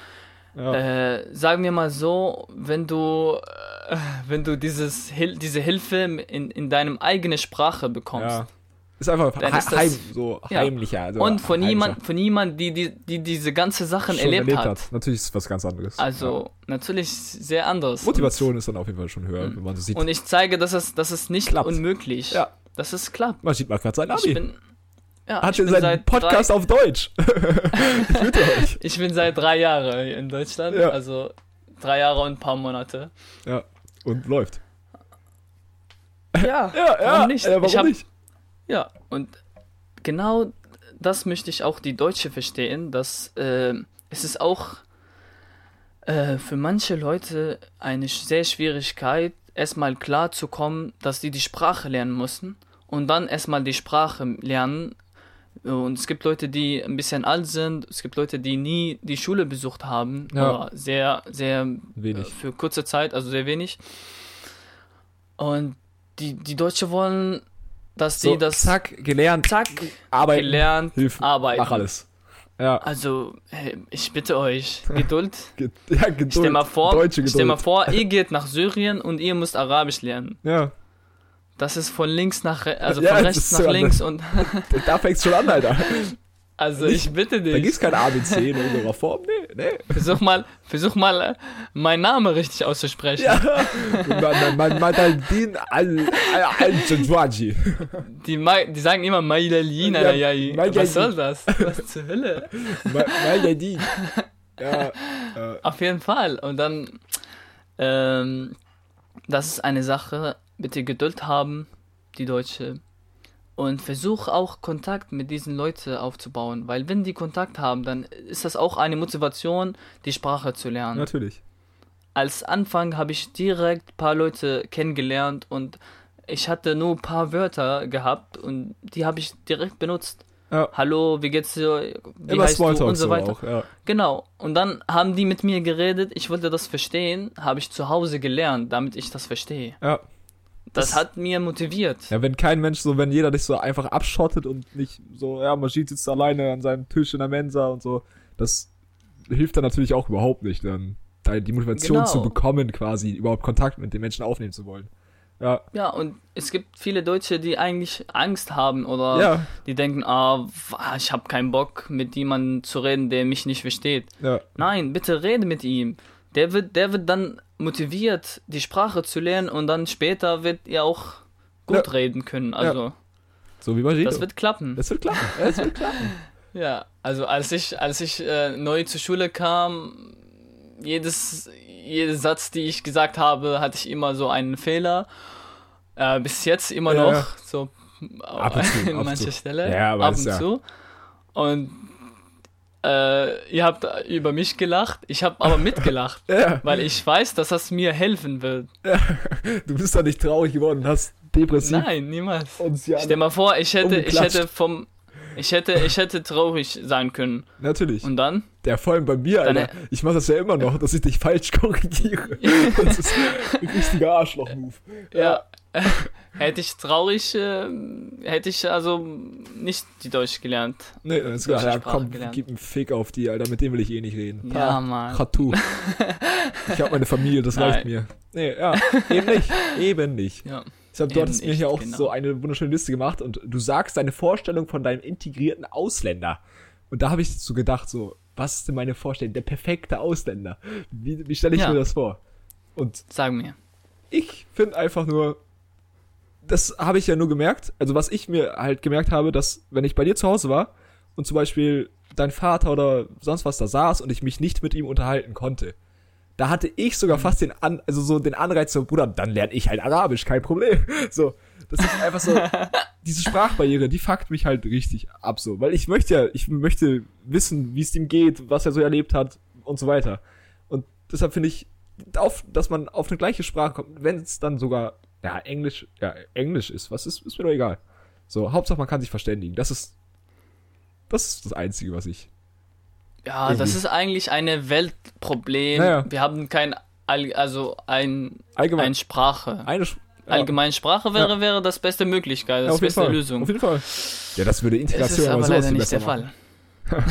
Ja. äh, sagen wir mal so, wenn du, äh, wenn du dieses Hil diese Hilfe in, in deinem eigenen Sprache bekommst Ja. Ist einfach Dann hei- ist das- heim, so ja. heimlicher. Also und von heimischer. jemand, von jemand, die, die, die diese ganzen Sachen schon erlebt, hat. Natürlich ist es was ganz anderes. Also natürlich sehr anders. Ja. Motivation ist dann auf jeden Fall schon höher, wenn man so sieht. Hm. Und ich zeige, dass es, dass es nicht Klappt. unmöglich. Ja. Dass es klappt. man sieht mal gerade sein Ich Abi. bin, ja, Hat ich bin seinen seit Podcast auf Deutsch. Drei, ich bin seit drei Jahren in Deutschland, Ja. also drei Jahre und ein paar Monate. Ja. Und läuft. Ja. Ja, ja. Warum nicht? Äh, warum Ich hab- nicht? Ja, und genau das möchte ich auch die Deutsche verstehen, dass äh, es ist auch äh, für manche Leute eine sch- sehr Schwierigkeit, erstmal klar zu kommen, dass sie die Sprache lernen müssen und dann erstmal die Sprache lernen. Und es gibt Leute, die ein bisschen alt sind, es gibt Leute, die nie die Schule besucht haben, Ja. oder sehr, sehr Wenig. äh, Für kurze Zeit, also sehr wenig. Und die, die Deutsche wollen, dass sie das zack, gelernt, zack arbeiten, gelernt Hilfe, arbeiten. mach alles. Ja, Also, hey, ich bitte euch, Geduld. Ge ja Geduld. Stell mal vor, Deutsche Geduld. stell mal vor, ihr geht nach Syrien und ihr müsst Arabisch lernen. Ja, Das ist von links nach rechts, also Ja, von das rechts ist nach so links und da fängt's schon an, Alter. also ich bitte Da dich, gibt's kein ABC in irgendeiner Form. Nee, nee. versuch mal, versuch mal äh, meinen Namen richtig auszusprechen. Man, man, man, man, den al al al Die, Ma die sagen immer Mailalin, Ja, ja, ja, ja. Mailalin. Was soll das? Was zur Hölle? Maladin. Ja, äh, Auf jeden Fall. Und dann, ähm, das ist eine Sache. Bitte Geduld haben, die Deutsche. Und versuch auch Kontakt mit diesen Leuten aufzubauen, weil wenn die Kontakt haben, dann ist das auch eine Motivation, die Sprache zu lernen. natürlich. Als Anfang habe ich direkt ein paar Leute kennengelernt und ich hatte nur ein paar Wörter gehabt und die habe ich direkt benutzt. Ja. Hallo, wie geht's dir? Wie Immer heißt du? Smalltalk Und so weiter. auch, ja. Genau. Und dann haben die mit mir geredet. Ich wollte das verstehen. Habe ich zu Hause gelernt, damit ich das verstehe. ja. Das, Das- hat mir motiviert. Ja, wenn kein Mensch so, wenn jeder dich so einfach abschottet und nicht so, ja, Majid sitzt alleine an seinem Tisch in der Mensa und so, das hilft dann natürlich auch überhaupt nicht, dann da die Motivation Genau. zu bekommen, quasi überhaupt Kontakt mit den Menschen aufnehmen zu wollen. Ja, Ja, und es gibt viele Deutsche, die eigentlich Angst haben oder ja, die denken, ah, wa- ich habe keinen Bock, mit jemandem zu reden, der mich nicht versteht. ja, Nein, bitte rede mit ihm. Der wird, der wird dann motiviert, die Sprache zu lernen und dann später wird er auch gut Ja. reden können. Also, so wie Majid. das wird klappen. das wird klappen, das wird klappen. Ja, also als ich, als ich äh, neu zur Schule kam, jedes, jeder Satz, die ich gesagt habe, hatte ich immer so einen Fehler. Äh, bis jetzt immer Ja, noch, ja. so Ab und zu, ab an und mancher zu. Stelle, Ja, aber ab das und ist ja- zu. Und äh, ihr habt über mich gelacht, ich habe aber mitgelacht, Ja, weil ich weiß, dass das mir helfen wird. du bist doch nicht traurig geworden und hast depressiv Nein, niemals. uns ja. Stell mal vor, ich hätte, ich umgeklatscht. hätte vom, ich hätte, ich hätte traurig sein können. Natürlich. Und dann? Der vor allem bei mir, Dann, Alter. Ich mache das ja immer noch, dass ich dich falsch korrigiere. Das ist ein richtiger Arschloch-Move. Ja. hätte ich traurig, äh, hätte ich also nicht die Deutsch gelernt. Nee, ist Deutsche klar. Ja, Sprache komm, gelernt. gib einen Fick auf die, Alter. Mit dem will ich eh nicht reden. Ja, Mann. Chatu. Ich hab meine Familie, das Nein. reicht mir. Nee, ja. Eben nicht. Eben nicht. Ja. Deshalb, du Eben hattest mir nicht, hier auch genau. so eine wunderschöne Liste gemacht und du sagst deine Vorstellung von deinem integrierten Ausländer. Und da habe ich so gedacht, so, was ist denn meine Vorstellung? Der perfekte Ausländer. Wie, wie stelle ich Ja. mir das vor? Und Sag mir. ich finde einfach nur, das habe ich ja nur gemerkt, also was ich mir halt gemerkt habe, dass wenn ich bei dir zu Hause war und zum Beispiel dein Vater oder sonst was da saß und ich mich nicht mit ihm unterhalten konnte, da hatte ich sogar fast den, An also so den Anreiz, so Bruder, dann lerne ich halt Arabisch, kein Problem. So, das ist einfach so, diese Sprachbarriere, die fuckt mich halt richtig ab so, weil ich möchte ja, ich möchte wissen, wie es ihm geht, was er so erlebt hat und so weiter. Und deshalb finde ich, auf, dass man auf eine gleiche Sprache kommt, wenn es dann sogar, ja, Englisch, ja, Englisch ist, was ist, ist mir doch egal. So, Hauptsache man kann sich verständigen. Das ist, das ist das Einzige, was ich. Ja, Irgendwie. das ist eigentlich ein Weltproblem. Naja. Wir haben kein, All also ein, Allgemein, ein Sprache. eine Sch- ja, Allgemein Sprache wäre, wäre das beste Möglichkeit, ja, das auf jeden beste Fall. Lösung. Auf jeden Fall. Ja, das würde Es Integration ist aber sowas leider viel nicht der besser machen. Fall.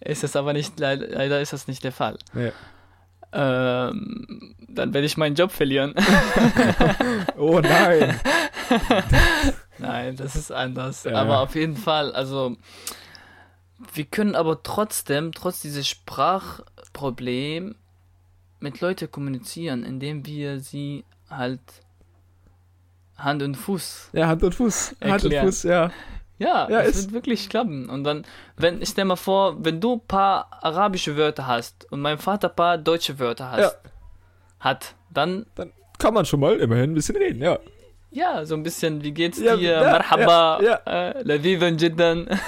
ist es aber nicht, leid- leider ist das nicht der Fall. Nee. Ähm, dann werde ich meinen Job verlieren. Oh nein. Nein, das ist anders. Ja. Aber auf jeden Fall, also wir können aber trotzdem, trotz dieses Sprachproblem, mit Leuten kommunizieren, indem wir sie halt Hand und Fuß. Ja, Hand und Fuß. Hand und Erklären. Fuß, ja. Ja, Ja, es ist- wird wirklich klappen. Und dann, wenn, ich stell mal vor, wenn du ein paar arabische Wörter hast und mein Vater ein paar deutsche Wörter hast, Ja. hat, dann Dann kann man schon mal immerhin ein bisschen reden, ja. Ja, so ein bisschen, wie geht's Ja, dir? ja, Marhaba, ja, äh, Lavivan Jiddan. ja,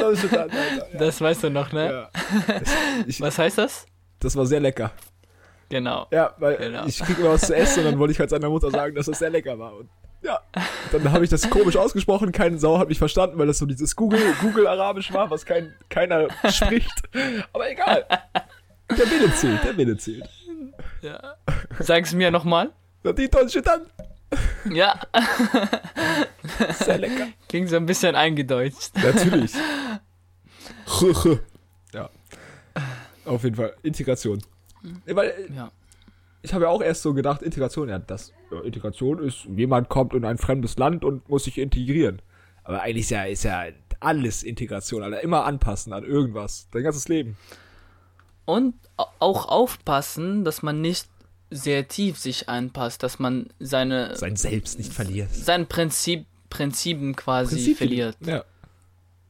das, ist total- ja, Das weißt du noch, ne? ja. Ich, Was heißt das? das war sehr lecker. Genau. Ja, weil Genau. ich krieg immer was zu essen und dann wollte ich halt seiner Mutter sagen, dass das sehr lecker war. Und ja, dann habe ich das komisch ausgesprochen, keine Sau hat mich verstanden, weil das so dieses Google, Google Arabisch war, was kein, keiner spricht. Aber egal. Der Wille zählt, der Wille zählt. Ja. Sag's mir nochmal. Na, Die deutsche dann, Ja, sehr lecker. klingt so ein bisschen eingedeutscht. Natürlich. ja. Auf jeden Fall, Integration. Weil äh, Mhm. Ja. ich habe ja auch erst so gedacht, Integration, ja, das ja, Integration ist, jemand kommt in ein fremdes Land und muss sich integrieren. Aber eigentlich ist ja, ist ja alles Integration, Alter. Immer anpassen an irgendwas. Dein ganzes Leben. Und au- auch aufpassen, dass man nicht sehr tief sich anpasst, dass man seine, Sein Selbst nicht verliert. sein Prinzip, Prinzipien quasi verliert.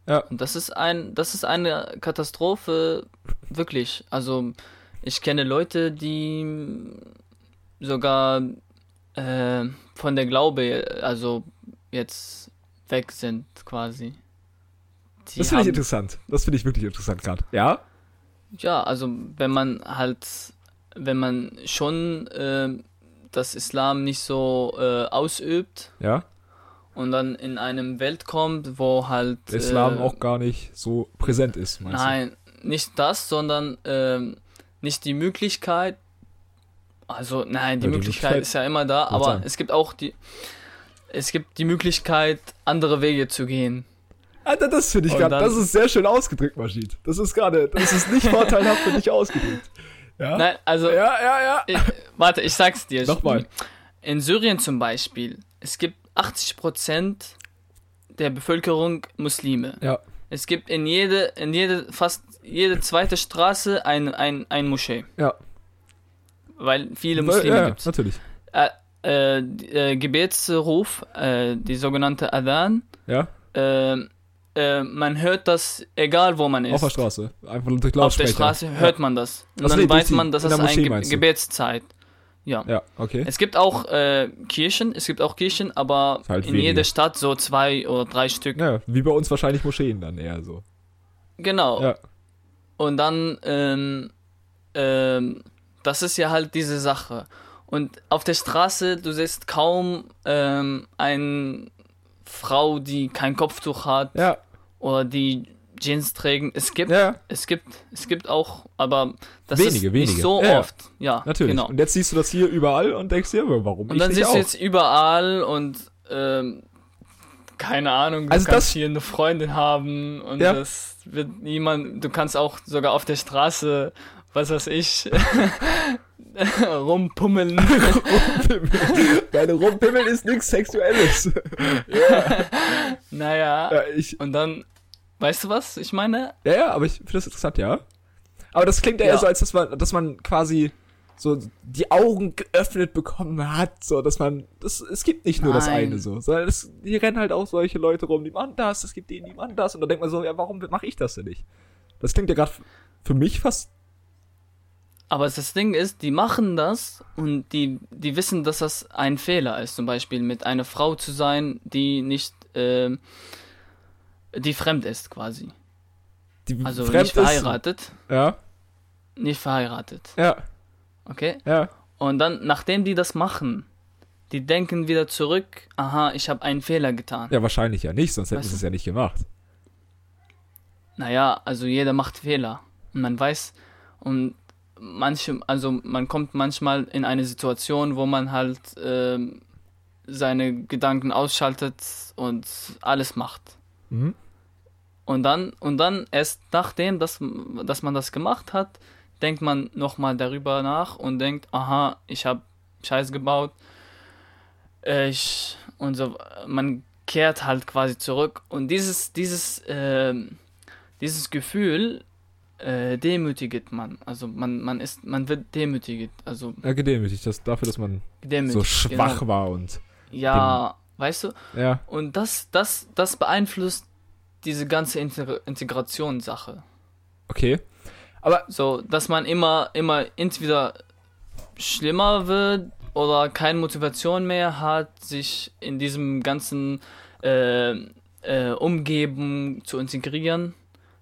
Ja. Und das ist ein, das ist eine Katastrophe, wirklich. Also ich kenne Leute, die sogar äh, von der Glaube, also jetzt weg sind quasi. Die Das finde ich haben- interessant. Das finde ich wirklich interessant gerade. Ja? ja, also wenn man halt, wenn man schon äh, das Islam nicht so äh, ausübt Ja. und dann in einem Welt kommt, wo halt Der Islam äh, auch gar nicht so präsent ist, meinst Nein, nicht das, sondern ähm, nicht die Möglichkeit. Also nein, die, Ja, die Möglichkeit, Möglichkeit- ist ja immer da, Wollte aber sagen. es gibt auch die es gibt die Möglichkeit andere Wege zu gehen. du? Alter, das finde ich Und gerade, dann- das ist sehr schön ausgedrückt, Maschid. Das ist gerade, das ist nicht vorteilhaft für dich ausgedrückt. Ja? Nein, also Ja, ja, ja. ich, warte, ich sag's dir. Nochmal. In Syrien zum Beispiel, es gibt 80 Prozent der Bevölkerung Muslime. Ja. Es gibt in jede, in jede, fast jede zweite Straße ein, ein, ein Moschee, Ja. weil viele Muslime ja, ja, gibt. natürlich. äh, äh, die- äh, Gebetsruf, äh, die sogenannte Adhan, Ja. äh, äh, man hört das, egal wo man ist. Auf der Straße. Einfach durch Lautsprecher. Auf der Straße hört man das. Und Ach so, dann nee, durch weiß die- man, dass in das der Moschee eine Ge meinst du? Gebetszeit. Ja. Ja, okay. Es gibt auch äh, Kirchen, es gibt auch Kirchen, aber Ist halt in weniger. jeder Stadt so zwei oder drei Stück. Ja, wie bei uns wahrscheinlich Moscheen dann eher so. Genau. Ja. Und dann, ähm, ähm, das ist ja halt diese Sache. Und auf der Straße, du siehst kaum ähm, eine Frau, die kein Kopftuch hat Ja, oder die Jeans trägt. Es gibt, ja, es gibt, es gibt auch, aber das Wenige, ist wenige. nicht so Ja, ja. oft. Ja, natürlich. genau. Und jetzt siehst du das hier überall und denkst dir, aber warum Und ich dann nicht siehst auch? du jetzt überall und ähm, keine Ahnung, du Also kannst das- hier eine Freundin haben und Ja. das wird niemand, du kannst auch sogar auf der Straße, was weiß ich, rumpummeln. Rumpimmel. Deine Rumpimmeln ist nichts Sexuelles. naja. Ja, ich, Und dann, weißt du was ich meine? ja, ja, aber ich finde das interessant, ja. Aber das klingt ja, eher Ja. so, als dass man, dass man quasi so die Augen geöffnet bekommen hat, so dass man, das, es gibt nicht nur das Nein. eine so, sondern es, hier rennen halt auch solche Leute rum, die machen das, es gibt den, die machen das und dann denkt man so, ja, warum mache ich das denn nicht? Das klingt ja gerade für mich fast, Aber das Ding ist, die machen das und die, die wissen, dass das ein Fehler ist. Zum Beispiel mit einer Frau zu sein, die nicht, ähm, die fremd ist quasi. die Also fremd nicht ist. verheiratet. Ja, Nicht verheiratet. ja, Okay? ja. Und dann, nachdem die das machen, die denken wieder zurück, aha, ich habe einen Fehler getan. Ja, wahrscheinlich ja nicht, sonst hätten Weißt sie du? es ja nicht gemacht. Naja, also jeder macht Fehler. Und man weiß, und manche, also man kommt manchmal in eine Situation, wo man halt ähm, seine Gedanken ausschaltet und alles macht. Mhm. Und dann, und dann erst nachdem, dass, dass man das gemacht hat, denkt man nochmal darüber nach und denkt, aha, ich habe Scheiß gebaut. Äh, Ich, und so, man kehrt halt quasi zurück. Und dieses, dieses, ähm, dieses Gefühl äh, demütigt man. Also man, man ist, man wird demütigt. Also Ja, gedemütigt, das, dafür, dass man demütigt. so schwach Genau. war und. Ja, weißt du? Ja. Und das, das, das beeinflusst diese ganze Inter Integrationssache. Okay. So, dass man immer, immer entweder schlimmer wird oder keine Motivation mehr hat, sich in diesem ganzen äh, äh, Umgeben zu integrieren.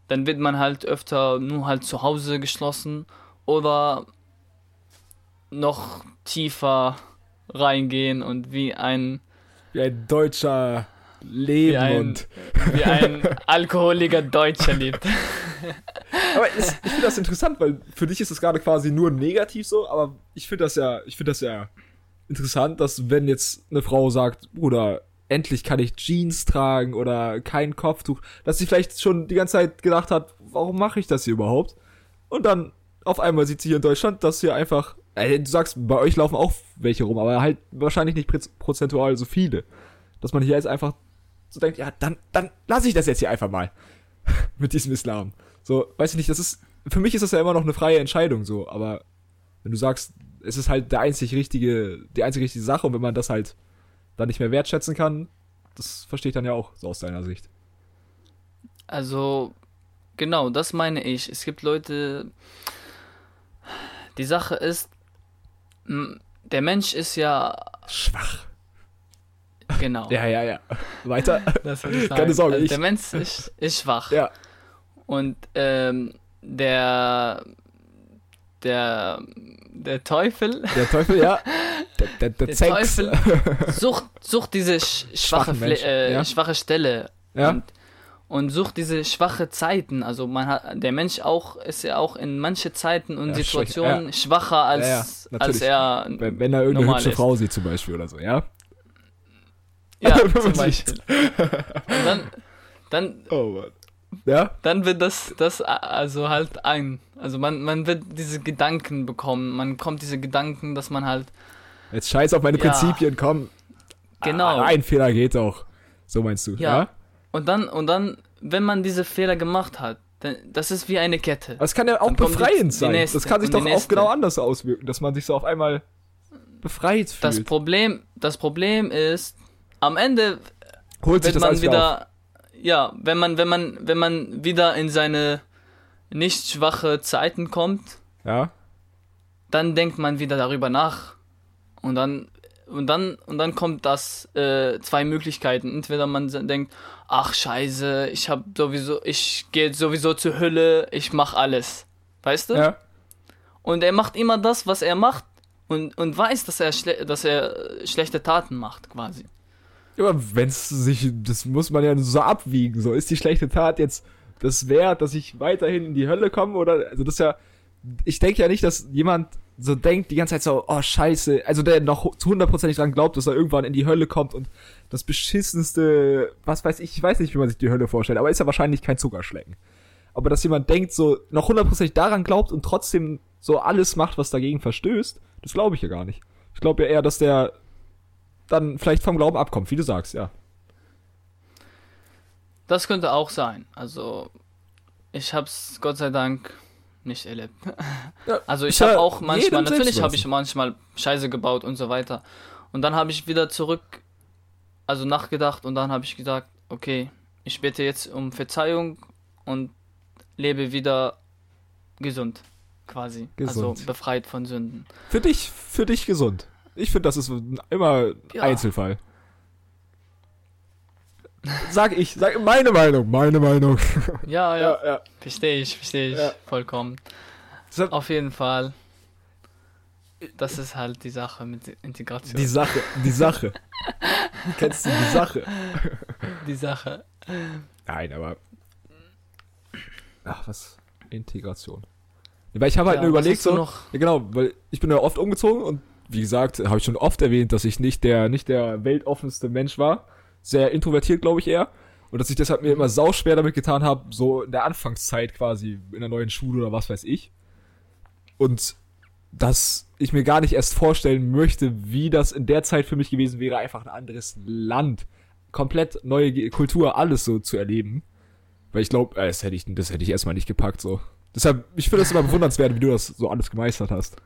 Dann wird man halt öfter nur halt zu Hause geschlossen oder noch tiefer reingehen und wie ein, Wie ein deutscher Leben Wie ein- und. wie ein alkoholiger Deutscher lebt. Aber es, ich finde das interessant, weil für dich ist das gerade quasi nur negativ so, aber ich finde das ja, ich finde das ja interessant, dass wenn jetzt eine Frau sagt, Bruder, endlich kann ich Jeans tragen oder kein Kopftuch, dass sie vielleicht schon die ganze Zeit gedacht hat, warum mache ich das hier überhaupt? Und dann auf einmal sieht sie hier in Deutschland, dass hier einfach, äh, du sagst, bei euch laufen auch welche rum, aber halt wahrscheinlich nicht proz- prozentual so viele. Dass man hier jetzt einfach so denkt, ja, dann, dann lasse ich das jetzt hier einfach mal mit diesem Islam. So, weiß ich nicht, das ist, für mich ist das ja immer noch eine freie Entscheidung so, aber wenn du sagst, es ist halt der einzig richtige, die einzig richtige Sache und wenn man das halt dann nicht mehr wertschätzen kann, das verstehe ich dann ja auch so aus deiner Sicht. Also, genau, das meine ich. Es gibt Leute. Die Sache ist, m, der Mensch ist ja. Schwach. Genau. Ja, ja, ja. Weiter. das will ich sagen. keine Sorge, also, ich- Der Mensch ist, ist schwach. Ja. Und ähm, der. Der. Der Teufel. Der Teufel, ja. Der, der, der, Der Zex. Teufel sucht, sucht diese sch schwache, Schwachen Fle Menschen, äh, ja. schwache Stelle. Ja. Und, und sucht diese schwache Zeiten. Also man hat, der Mensch auch ist ja auch in manche Zeiten und Ja, schwach- Situationen schwacher als, Ja, ja, als natürlich. er. Wenn, wenn er irgendeine Normal hübsche ist. Frau sieht zum Beispiel oder so, ja. Ja, Wenn zum man sich- Beispiel. Und dann, dann, Oh Mann. Ja? dann wird das, das a- also halt ein. Also man, man wird diese Gedanken bekommen. Man kommt diese Gedanken, dass man halt. Jetzt scheiß auf meine Ja. Prinzipien, komm. Genau. Ah, ein Fehler geht doch. So meinst du, Ja. ja? Und dann, und dann, wenn man diese Fehler gemacht hat, dann, das ist wie eine Kette. Aber es kann ja auch Dann kommt befreiend die- die sein. nächste das kann sich und die doch auch nächste. genau anders auswirken, dass man sich so auf einmal befreit Das fühlt. Problem, das Problem ist, am Ende Holt sich wenn das man alles wieder auf. wieder ja wenn man wenn man wenn man wieder in seine nicht schwache Zeiten kommt Ja? dann denkt man wieder darüber nach und dann und dann und dann kommt das äh, zwei Möglichkeiten entweder man se- denkt ach scheiße ich habe sowieso ich gehe sowieso zur Hölle ich mach alles weißt du ja? und er macht immer das was er macht und, und weiß, dass er, schle dass er äh, schlechte Taten macht, quasi. Ja, Aber wenn es sich, das muss man ja so abwiegen. So ist die schlechte Tat jetzt das wert, dass ich weiterhin in die Hölle komme oder, also das ist ja, ich denke ja nicht, dass jemand so denkt die ganze Zeit so, oh Scheiße, also der noch zu hundertprozentig dran glaubt, dass er irgendwann in die Hölle kommt und das beschissenste, was weiß ich, ich weiß nicht, wie man sich die Hölle vorstellt, aber ist ja wahrscheinlich kein Zuckerschlecken. Aber dass jemand denkt so, noch hundertprozentig daran glaubt und trotzdem so alles macht, was dagegen verstößt, das glaube ich ja gar nicht. Ich glaube ja eher, dass der dann vielleicht vom Glauben abkommt, wie du sagst, ja. Das könnte auch sein. Also, ich hab's Gott sei Dank nicht erlebt. Ja, Also ist ich ja habe auch manchmal, jedem selbst natürlich habe überlassen. ich manchmal Scheiße gebaut und so weiter. Und dann habe ich wieder zurück, also nachgedacht und dann habe ich gesagt, okay, ich bete jetzt um Verzeihung und lebe wieder gesund, quasi. Also Gesund. befreit von Sünden. Für dich, für dich gesund. Ich finde, das ist immer Ja. Einzelfall. Sag ich, sag meine Meinung, meine Meinung. Ja, ja, ja. verstehe ich, verstehe ich, Ja. vollkommen. Deshalb- Auf jeden Fall. Das ist halt die Sache mit Integration. Die Sache, die Sache. Kennst du die Sache? die Sache. Nein, aber. Ach, was? Integration. Weil ich habe halt Ja, nur was überlegt, hast du so. noch? Ja, genau, weil ich bin ja oft umgezogen und wie gesagt, habe ich schon oft erwähnt, dass ich nicht der, nicht der weltoffenste Mensch war. Sehr introvertiert, glaube ich eher. Und dass ich deshalb mir immer sauschwer damit getan habe, so in der Anfangszeit quasi, in der neuen Schule oder was weiß ich. Und dass ich mir gar nicht erst vorstellen möchte, wie das in der Zeit für mich gewesen wäre, einfach ein anderes Land, komplett neue Ge- Kultur, alles so zu erleben. Weil ich glaube, das hätte ich, das hätte ich erstmal nicht gepackt, so. Deshalb, ich finde das immer bewundernswert, wie du das so alles gemeistert hast.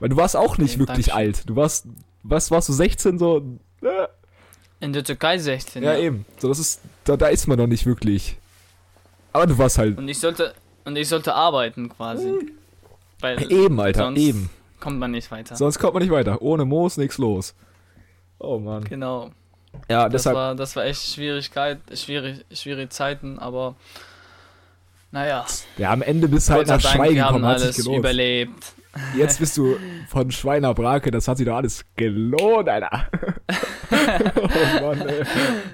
Weil du warst auch nicht Vielen wirklich Dank. alt. Du warst, was warst du, 16 so? Äh, In der Türkei 16. ja, eben. So, das ist, da, da ist man noch nicht wirklich. Aber du warst halt. Und ich sollte und ich sollte arbeiten quasi. Weil Eben, Alter, sonst eben. kommt man nicht weiter. Sonst kommt man nicht weiter. Ohne Moos nix los. Oh Mann. Genau. Ja, Das deshalb. war das war echt Schwierigkeit, schwierig, schwierige Zeiten, aber naja, ja, am Ende bist du Gott halt sei nach Dank, Schweigen wir haben gekommen, hat sich alles gelohnt. überlebt. Jetzt bist du von Schweiner Brake, das hat sich doch alles gelohnt, Alter. oh Mann, ey.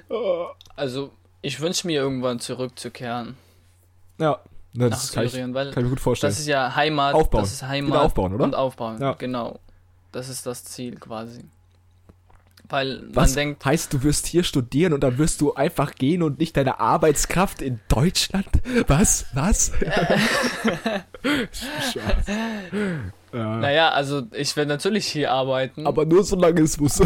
Oh. Also ich wünsche mir irgendwann zurückzukehren Ja, na, das nach kann ich, kann Syrien, weil ich mir gut vorstellen. das ist ja Heimat, Aufbauen. das ist Heimat Wieder aufbauen, oder? und aufbauen. Ja. Genau. Das ist das Ziel quasi. Weil man Was denkt, heißt, du wirst hier studieren und dann wirst du einfach gehen und nicht deine Arbeitskraft in Deutschland? Was? Was? Äh. Spaß. Ah, ja, naja, also ich werde natürlich hier arbeiten. aber nur solange es muss.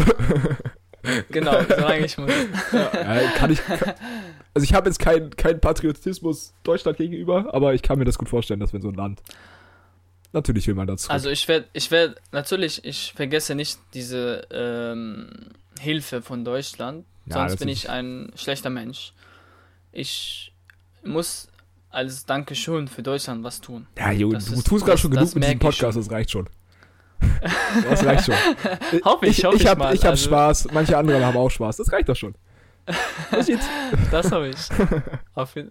genau, solange ich muss. ja, kann ich. Kann, also ich habe jetzt keinen keinen Patriotismus Deutschland gegenüber, aber ich kann mir das gut vorstellen, dass wenn so ein Land. Natürlich will man dazu. Also ich werde, ich werde, natürlich, ich vergesse nicht diese ähm, Hilfe von Deutschland, Ja, sonst das bin ist- ich ein schlechter Mensch. Ich muss als Dankeschön für Deutschland was tun. ja, jo, du das ist- tust gerade das- schon das genug mit diesem merk ich Podcast, das reicht schon. Das reicht schon. Hoffe ich, hoffe ich, hab, mal. Äh, Ich habe Also, Spaß, manche andere haben auch Spaß, das reicht doch schon. Das jetzt, Das habe ich. Auf jeden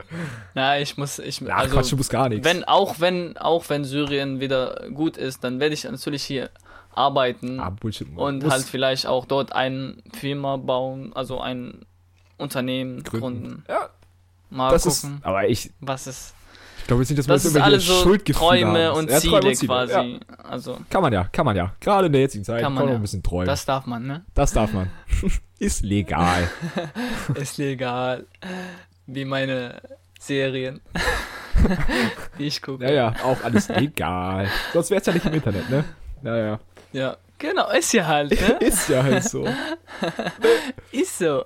Na, ich muss, ich, Ach, also, Quatsch, du musst gar nichts. wenn, auch wenn, auch wenn Syrien wieder gut ist, dann werde ich natürlich hier arbeiten. ah, Bullshit, Mann. Und Muss halt vielleicht auch dort ein Firma bauen, also ein Unternehmen gründen. Ja, Mal das ist. gucken, Aber ich, was ist. ich glaube jetzt nicht, dass man Das ist jetzt alles irgendwelche so Schuldgefühle Träume haben. und, Ja, Ziele Träume und Ja. quasi. Also, Kann man ja, kann man ja. Gerade in der jetzigen Zeit Kann kann man man noch ja. ein bisschen träumen. Das, das darf man, ne? darf man. Ist legal. Ist legal. Wie meine Serien, die ich gucke. Ja, ja, auch alles legal. Sonst wär's ja nicht im Internet, ne? Naja. Ja, Genau, ist ja halt, ne? Ist ja halt so. Ist so.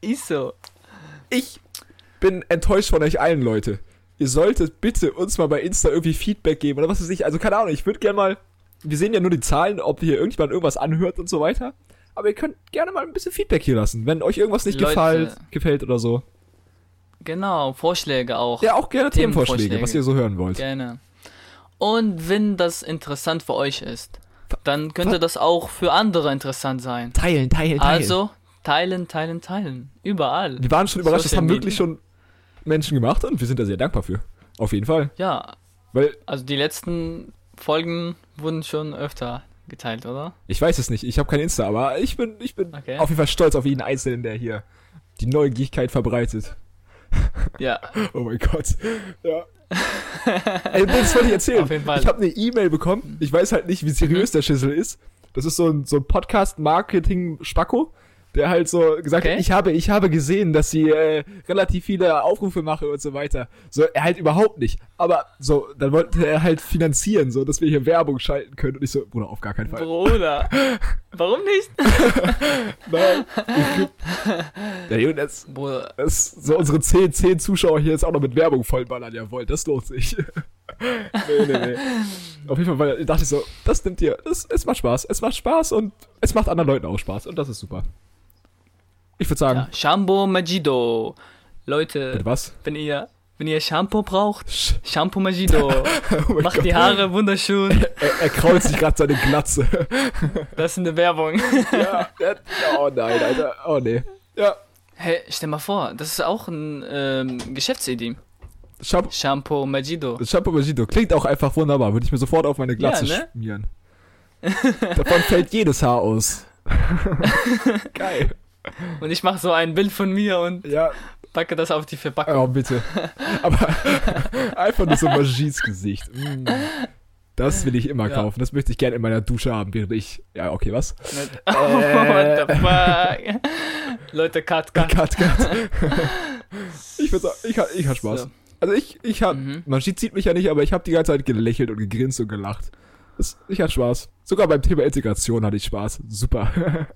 Ist so. Ich bin enttäuscht von euch allen, Leute. Ihr solltet bitte uns mal bei Insta irgendwie Feedback geben oder was weiß ich. Also keine Ahnung, ich würde gerne mal. Wir sehen ja nur die Zahlen, ob hier irgendjemand irgendwas anhört und so weiter. Aber ihr könnt gerne mal ein bisschen Feedback hier lassen, wenn euch irgendwas nicht Leute. gefällt, gefällt oder so. Genau, Vorschläge auch. Ja, auch gerne Themenvorschläge. Themenvorschläge, was ihr so hören wollt. Gerne. Und wenn das interessant für euch ist, dann könnte das auch für andere interessant sein. Teilen, teilen, Also, teilen, teilen, teilen. Überall. Wir waren schon überrascht, das Social haben Media. wirklich schon Menschen gemacht und wir sind da sehr dankbar für. Auf jeden Fall. Ja, Weil also die letzten Folgen wurden schon öfter geteilt, oder? Ich weiß es nicht, ich habe kein Insta, aber ich bin, ich bin Okay. auf jeden Fall stolz auf jeden Einzelnen, der hier die Neugierigkeit verbreitet. Ja, Oh mein Gott. Ja. Ey, das wollte ich erzählen. Auf jeden Fall. Mhm. Ich habe eine E-Mail bekommen. Ich weiß halt nicht, wie seriös der Schüssel ist. Das ist so ein, so ein Podcast-Marketing-Spacko, der halt so gesagt Okay. hat, ich habe, ich habe gesehen, dass sie äh, relativ viele Aufrufe machen und so weiter. So, er halt überhaupt nicht. Aber so, dann wollte er halt finanzieren, so, dass wir hier Werbung schalten können. Und ich so, Bruder, auf gar keinen Fall. Bruder. Warum nicht? Nein, ich glaub, der Junge, das, Bruder. das, so unsere 10, 10 Zuschauer hier jetzt auch noch mit Werbung vollballern, jawohl, das lohnt sich. nee, nee, nee. Auf jeden Fall weil, dachte ich so, das nimmt ihr, es, es macht Spaß, es macht Spaß und es macht anderen Leuten auch Spaß und das ist super. Ich würde sagen, Ja, Shampoo Magido. Leute, mit was? wenn ihr, wenn ihr Shampoo braucht, Sch- Shampoo Magido. Oh mein Macht Gott. die Haare wunderschön. Er, er kraut sich gerade seine Glatze. Das ist eine Werbung. ja, der, oh nein, Alter. Oh nee. Ja. Hey, stell mal vor, das ist auch ein ähm, Geschäftsidee. Shampoo, Shampoo Magido. Shampoo Magido klingt auch einfach wunderbar. Würde ich mir sofort auf meine Glatze Ja, ne? schmieren. Davon fällt jedes Haar aus. Geil. Und ich mache so ein Bild von mir und Ja, packe das auf die Verpackung. oh bitte. Aber einfach nur so Magies Gesicht. Mm. Das will ich immer Ja. kaufen. Das möchte ich gerne in meiner Dusche haben, während ich. Ja, okay, was? Oh, what the Äh. fuck? Leute, cut, cut. Cut, cut. ich würde sagen, ich, ha- ich hatte Spaß. So. Also ich, ich hab, Mhm. man sieht, sieht mich ja nicht, aber ich habe die ganze Zeit gelächelt und gegrinst und gelacht. Das, ich hatte Spaß. Sogar beim Thema Integration hatte ich Spaß. Super.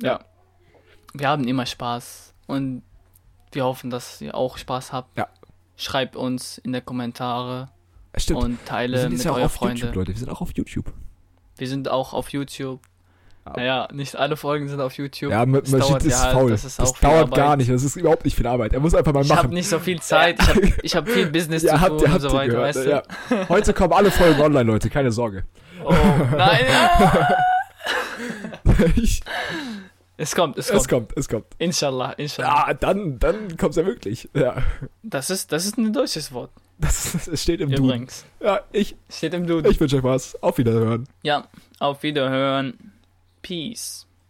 Ja. Wir haben immer Spaß und wir hoffen, dass ihr auch Spaß habt. Ja. Schreibt uns in der Kommentare Stimmt. und ähm, wir teile sind mit jetzt ja auch euren auf Freunden. YouTube, Leute. Wir sind auch auf YouTube. Wir sind auch auf YouTube. Ja. Naja, nicht alle Folgen sind auf YouTube. Ja, Ma- Das Majid dauert ja ist halt, faul. das Das, ist auch viel dauert gar Arbeit. nicht. Das ist überhaupt nicht viel Arbeit. Er muss einfach mal ich habe machen. nicht so viel Zeit. Ich habe ich hab viel Business zu ja, tun habt ihr, und habt so ihr weiter, gehört. weißt du? ja. Heute kommen alle Folgen online, Leute. Keine Sorge. Oh, nein. Ah! Ich, Es kommt, es kommt. es kommt, es kommt. Inshallah, inshallah. Ja, dann, dann kommt's ja wirklich. Ja. Das ist, das ist ein deutsches Wort, Das, das steht im Duden. übrigens. Ja, ich, Steht im Duden. ich wünsche euch was. Auf Wiederhören. Ja, auf Wiederhören. Peace.